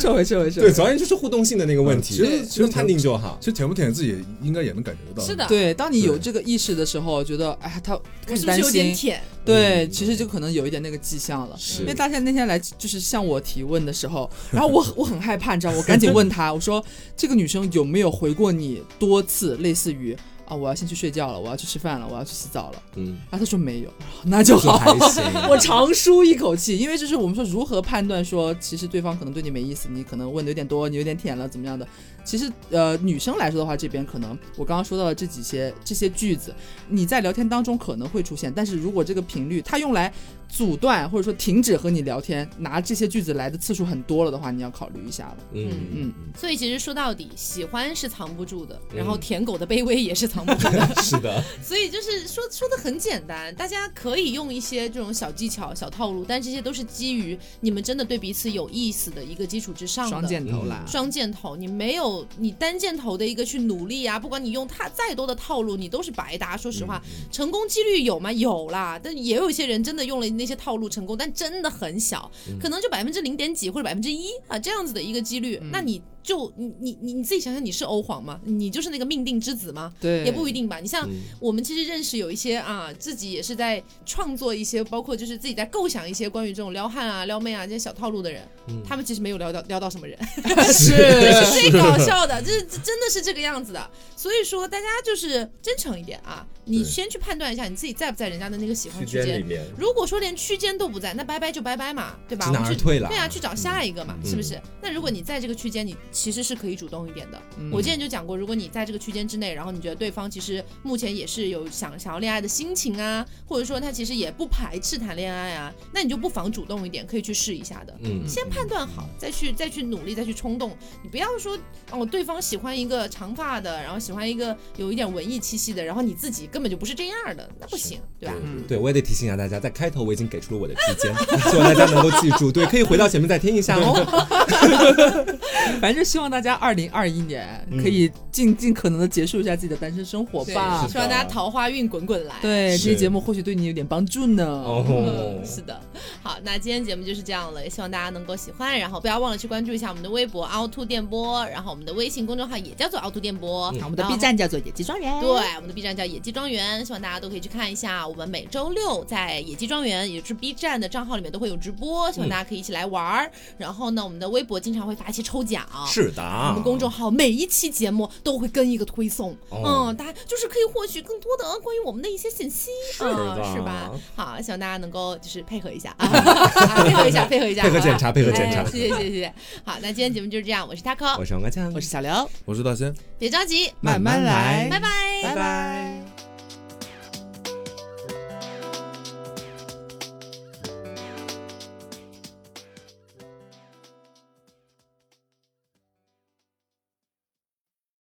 Speaker 3: 撤回，撤回，撤
Speaker 2: 对，
Speaker 3: 回。
Speaker 2: 主要就是互动性的那个问题，
Speaker 4: 嗯其实
Speaker 1: 对
Speaker 4: 其实
Speaker 2: 能判定就好
Speaker 4: 其。实舔不舔自己应该也能感觉得到。
Speaker 1: 是的，
Speaker 3: 对，当你有
Speaker 4: 对
Speaker 3: 这个意识的时候，觉得哎，他
Speaker 1: 我
Speaker 3: 开
Speaker 1: 是
Speaker 3: 始
Speaker 1: 不是
Speaker 3: 担
Speaker 1: 有点
Speaker 3: 心。
Speaker 1: 舔？
Speaker 3: 对，
Speaker 2: 嗯
Speaker 3: 其实就可能有一点那个迹象了。
Speaker 2: 是
Speaker 3: 因为大仙那天来就是向我提问的 时候，然后我很我很害怕，你知道吗，我赶紧问他， 我说这个女生有没有回过你多次类似于啊，我要先去睡觉了，我要去吃饭了，我要去洗澡了，
Speaker 2: 嗯，
Speaker 3: 然后他说没有，那就
Speaker 2: 就
Speaker 3: 好。
Speaker 2: 还行。
Speaker 3: 我长舒一口气，因为就是我们说如何判断说，其实对方可能对你没意思，你可能问的有点多，你有点舔了怎么样的。其实呃，女生来说的话，这边可能我刚刚说到的这几些这些句子，你在聊天当中可能会出现，但是如果这个频率它用来阻断或者说停止和你聊天，拿这些句子来的次数很多了的话，你要考虑一下了。
Speaker 2: 嗯
Speaker 1: 嗯
Speaker 2: 嗯
Speaker 3: 嗯
Speaker 1: 所以其实说到底，喜欢是藏不住的，然后
Speaker 2: 嗯
Speaker 1: 舔狗的卑微也是藏不住 的。
Speaker 2: 嗯， 是的，
Speaker 1: 所以就是说说的很简单，大家可以用一些这种小技巧、小套路，但这些都是基于你们真的对彼此有意思的一个基础之上的。嗯
Speaker 3: 双箭头啦，
Speaker 1: 双箭头，你没有你单箭头的一个去努力啊，不管你用它再多的套路，你都是白搭。说实话，成功几率有吗？有啦，但也有一些人真的用了那些套路成功，但真的很小，可能就百分之零点几或者百分之一啊这样子的一个几率。那你就你你你你自己想想，你是欧皇吗？你就是那个命定之子吗？
Speaker 3: 对，
Speaker 1: 也不一定吧。你像
Speaker 2: 嗯
Speaker 1: 我们其实认识有一些啊，自己也是在创作一些，包括就是自己在构想一些关于这种撩汉啊、撩妹啊这些小套路的人，他们其实没有撩到撩到什么人，这是最搞笑的，这是这真的是这个样子的。所以说大家就是真诚一点啊，你
Speaker 4: 对
Speaker 1: 先去判断一下你自己在不在人家的那个喜欢
Speaker 2: 区
Speaker 1: 区
Speaker 2: 间
Speaker 1: 间。
Speaker 2: 里面
Speaker 1: 如果说连区间都不在，那拜拜就拜拜嘛，对吧？
Speaker 2: 知
Speaker 1: 我
Speaker 2: 难
Speaker 1: 们
Speaker 2: 而
Speaker 1: 去
Speaker 2: 退了。
Speaker 1: 对啊，去找下一个嘛，
Speaker 2: 嗯
Speaker 1: 是不是？那如果你在这个区间，你其实是可以主动一点的。
Speaker 3: 嗯
Speaker 1: 我之前就讲过，如果你在这个区间之内，然后你觉得对方其实目前也是有想想要恋爱的心情啊，或者说他其实也不排斥谈恋爱啊，那你就不妨主动一点，可以去试一下的。
Speaker 2: 嗯，嗯，
Speaker 1: 先判断好，再去再去努力，再去冲动。你不要说哦，对方喜欢一个长发的，然后喜欢一个有一点文艺气息的，然后你自己根本就不是这样的，那不行，对吧？
Speaker 3: 嗯
Speaker 2: 对，我也得提醒一下大家，在开头我已经给出了我的区间， 希望大家能够记住。对，可以回到前面再听一下哦。
Speaker 3: 反正希望大家二零二一年
Speaker 2: 嗯
Speaker 3: 可以尽尽可能的结束一下自己的单身生活
Speaker 1: 对
Speaker 3: 吧。
Speaker 1: 希望大家桃花运滚滚来。
Speaker 3: 对，这期
Speaker 2: 是
Speaker 3: 节目或许对你有点帮助呢。
Speaker 2: 哦
Speaker 1: 嗯，，是的，好，那今天节目就是这样了，也希望大家能够喜欢，然后不要忘了去关注一下我们的微博凹凸电波，然后我们的微信公众号也叫做凹凸电波，
Speaker 2: 嗯
Speaker 1: 然后
Speaker 3: 我们的 B 站叫做野鸡庄园。
Speaker 1: 对，我们的 B 站叫野鸡庄园，希望大家都可以去看一下。我们每周六在野鸡庄园，也就是
Speaker 2: 嗯
Speaker 1: B 站的账号里面都会有直播，希望大家可以一起来玩儿。然后呢，我们的微博经常会发一些抽奖，奖。
Speaker 2: 是的，
Speaker 1: 我们公众号每一期节目都会跟一个推送，
Speaker 2: 哦
Speaker 1: 嗯，大家就是可以获取更多的关于我们的一些信息，
Speaker 2: 是的
Speaker 1: 嗯，是吧？好，希望大家能够就是配合一下啊， 啊配合一下，配合一下，
Speaker 2: 配
Speaker 1: 好
Speaker 2: 合
Speaker 1: 吧
Speaker 2: 检查配合检查
Speaker 1: 哎谢谢谢谢谢谢。好，那今天节目就是这样，我是 Taco，
Speaker 2: 我是王刚强，
Speaker 3: 我是小刘，
Speaker 4: 我是大仙。
Speaker 1: 别着急，
Speaker 3: 慢慢来
Speaker 1: 拜拜。
Speaker 2: 拜拜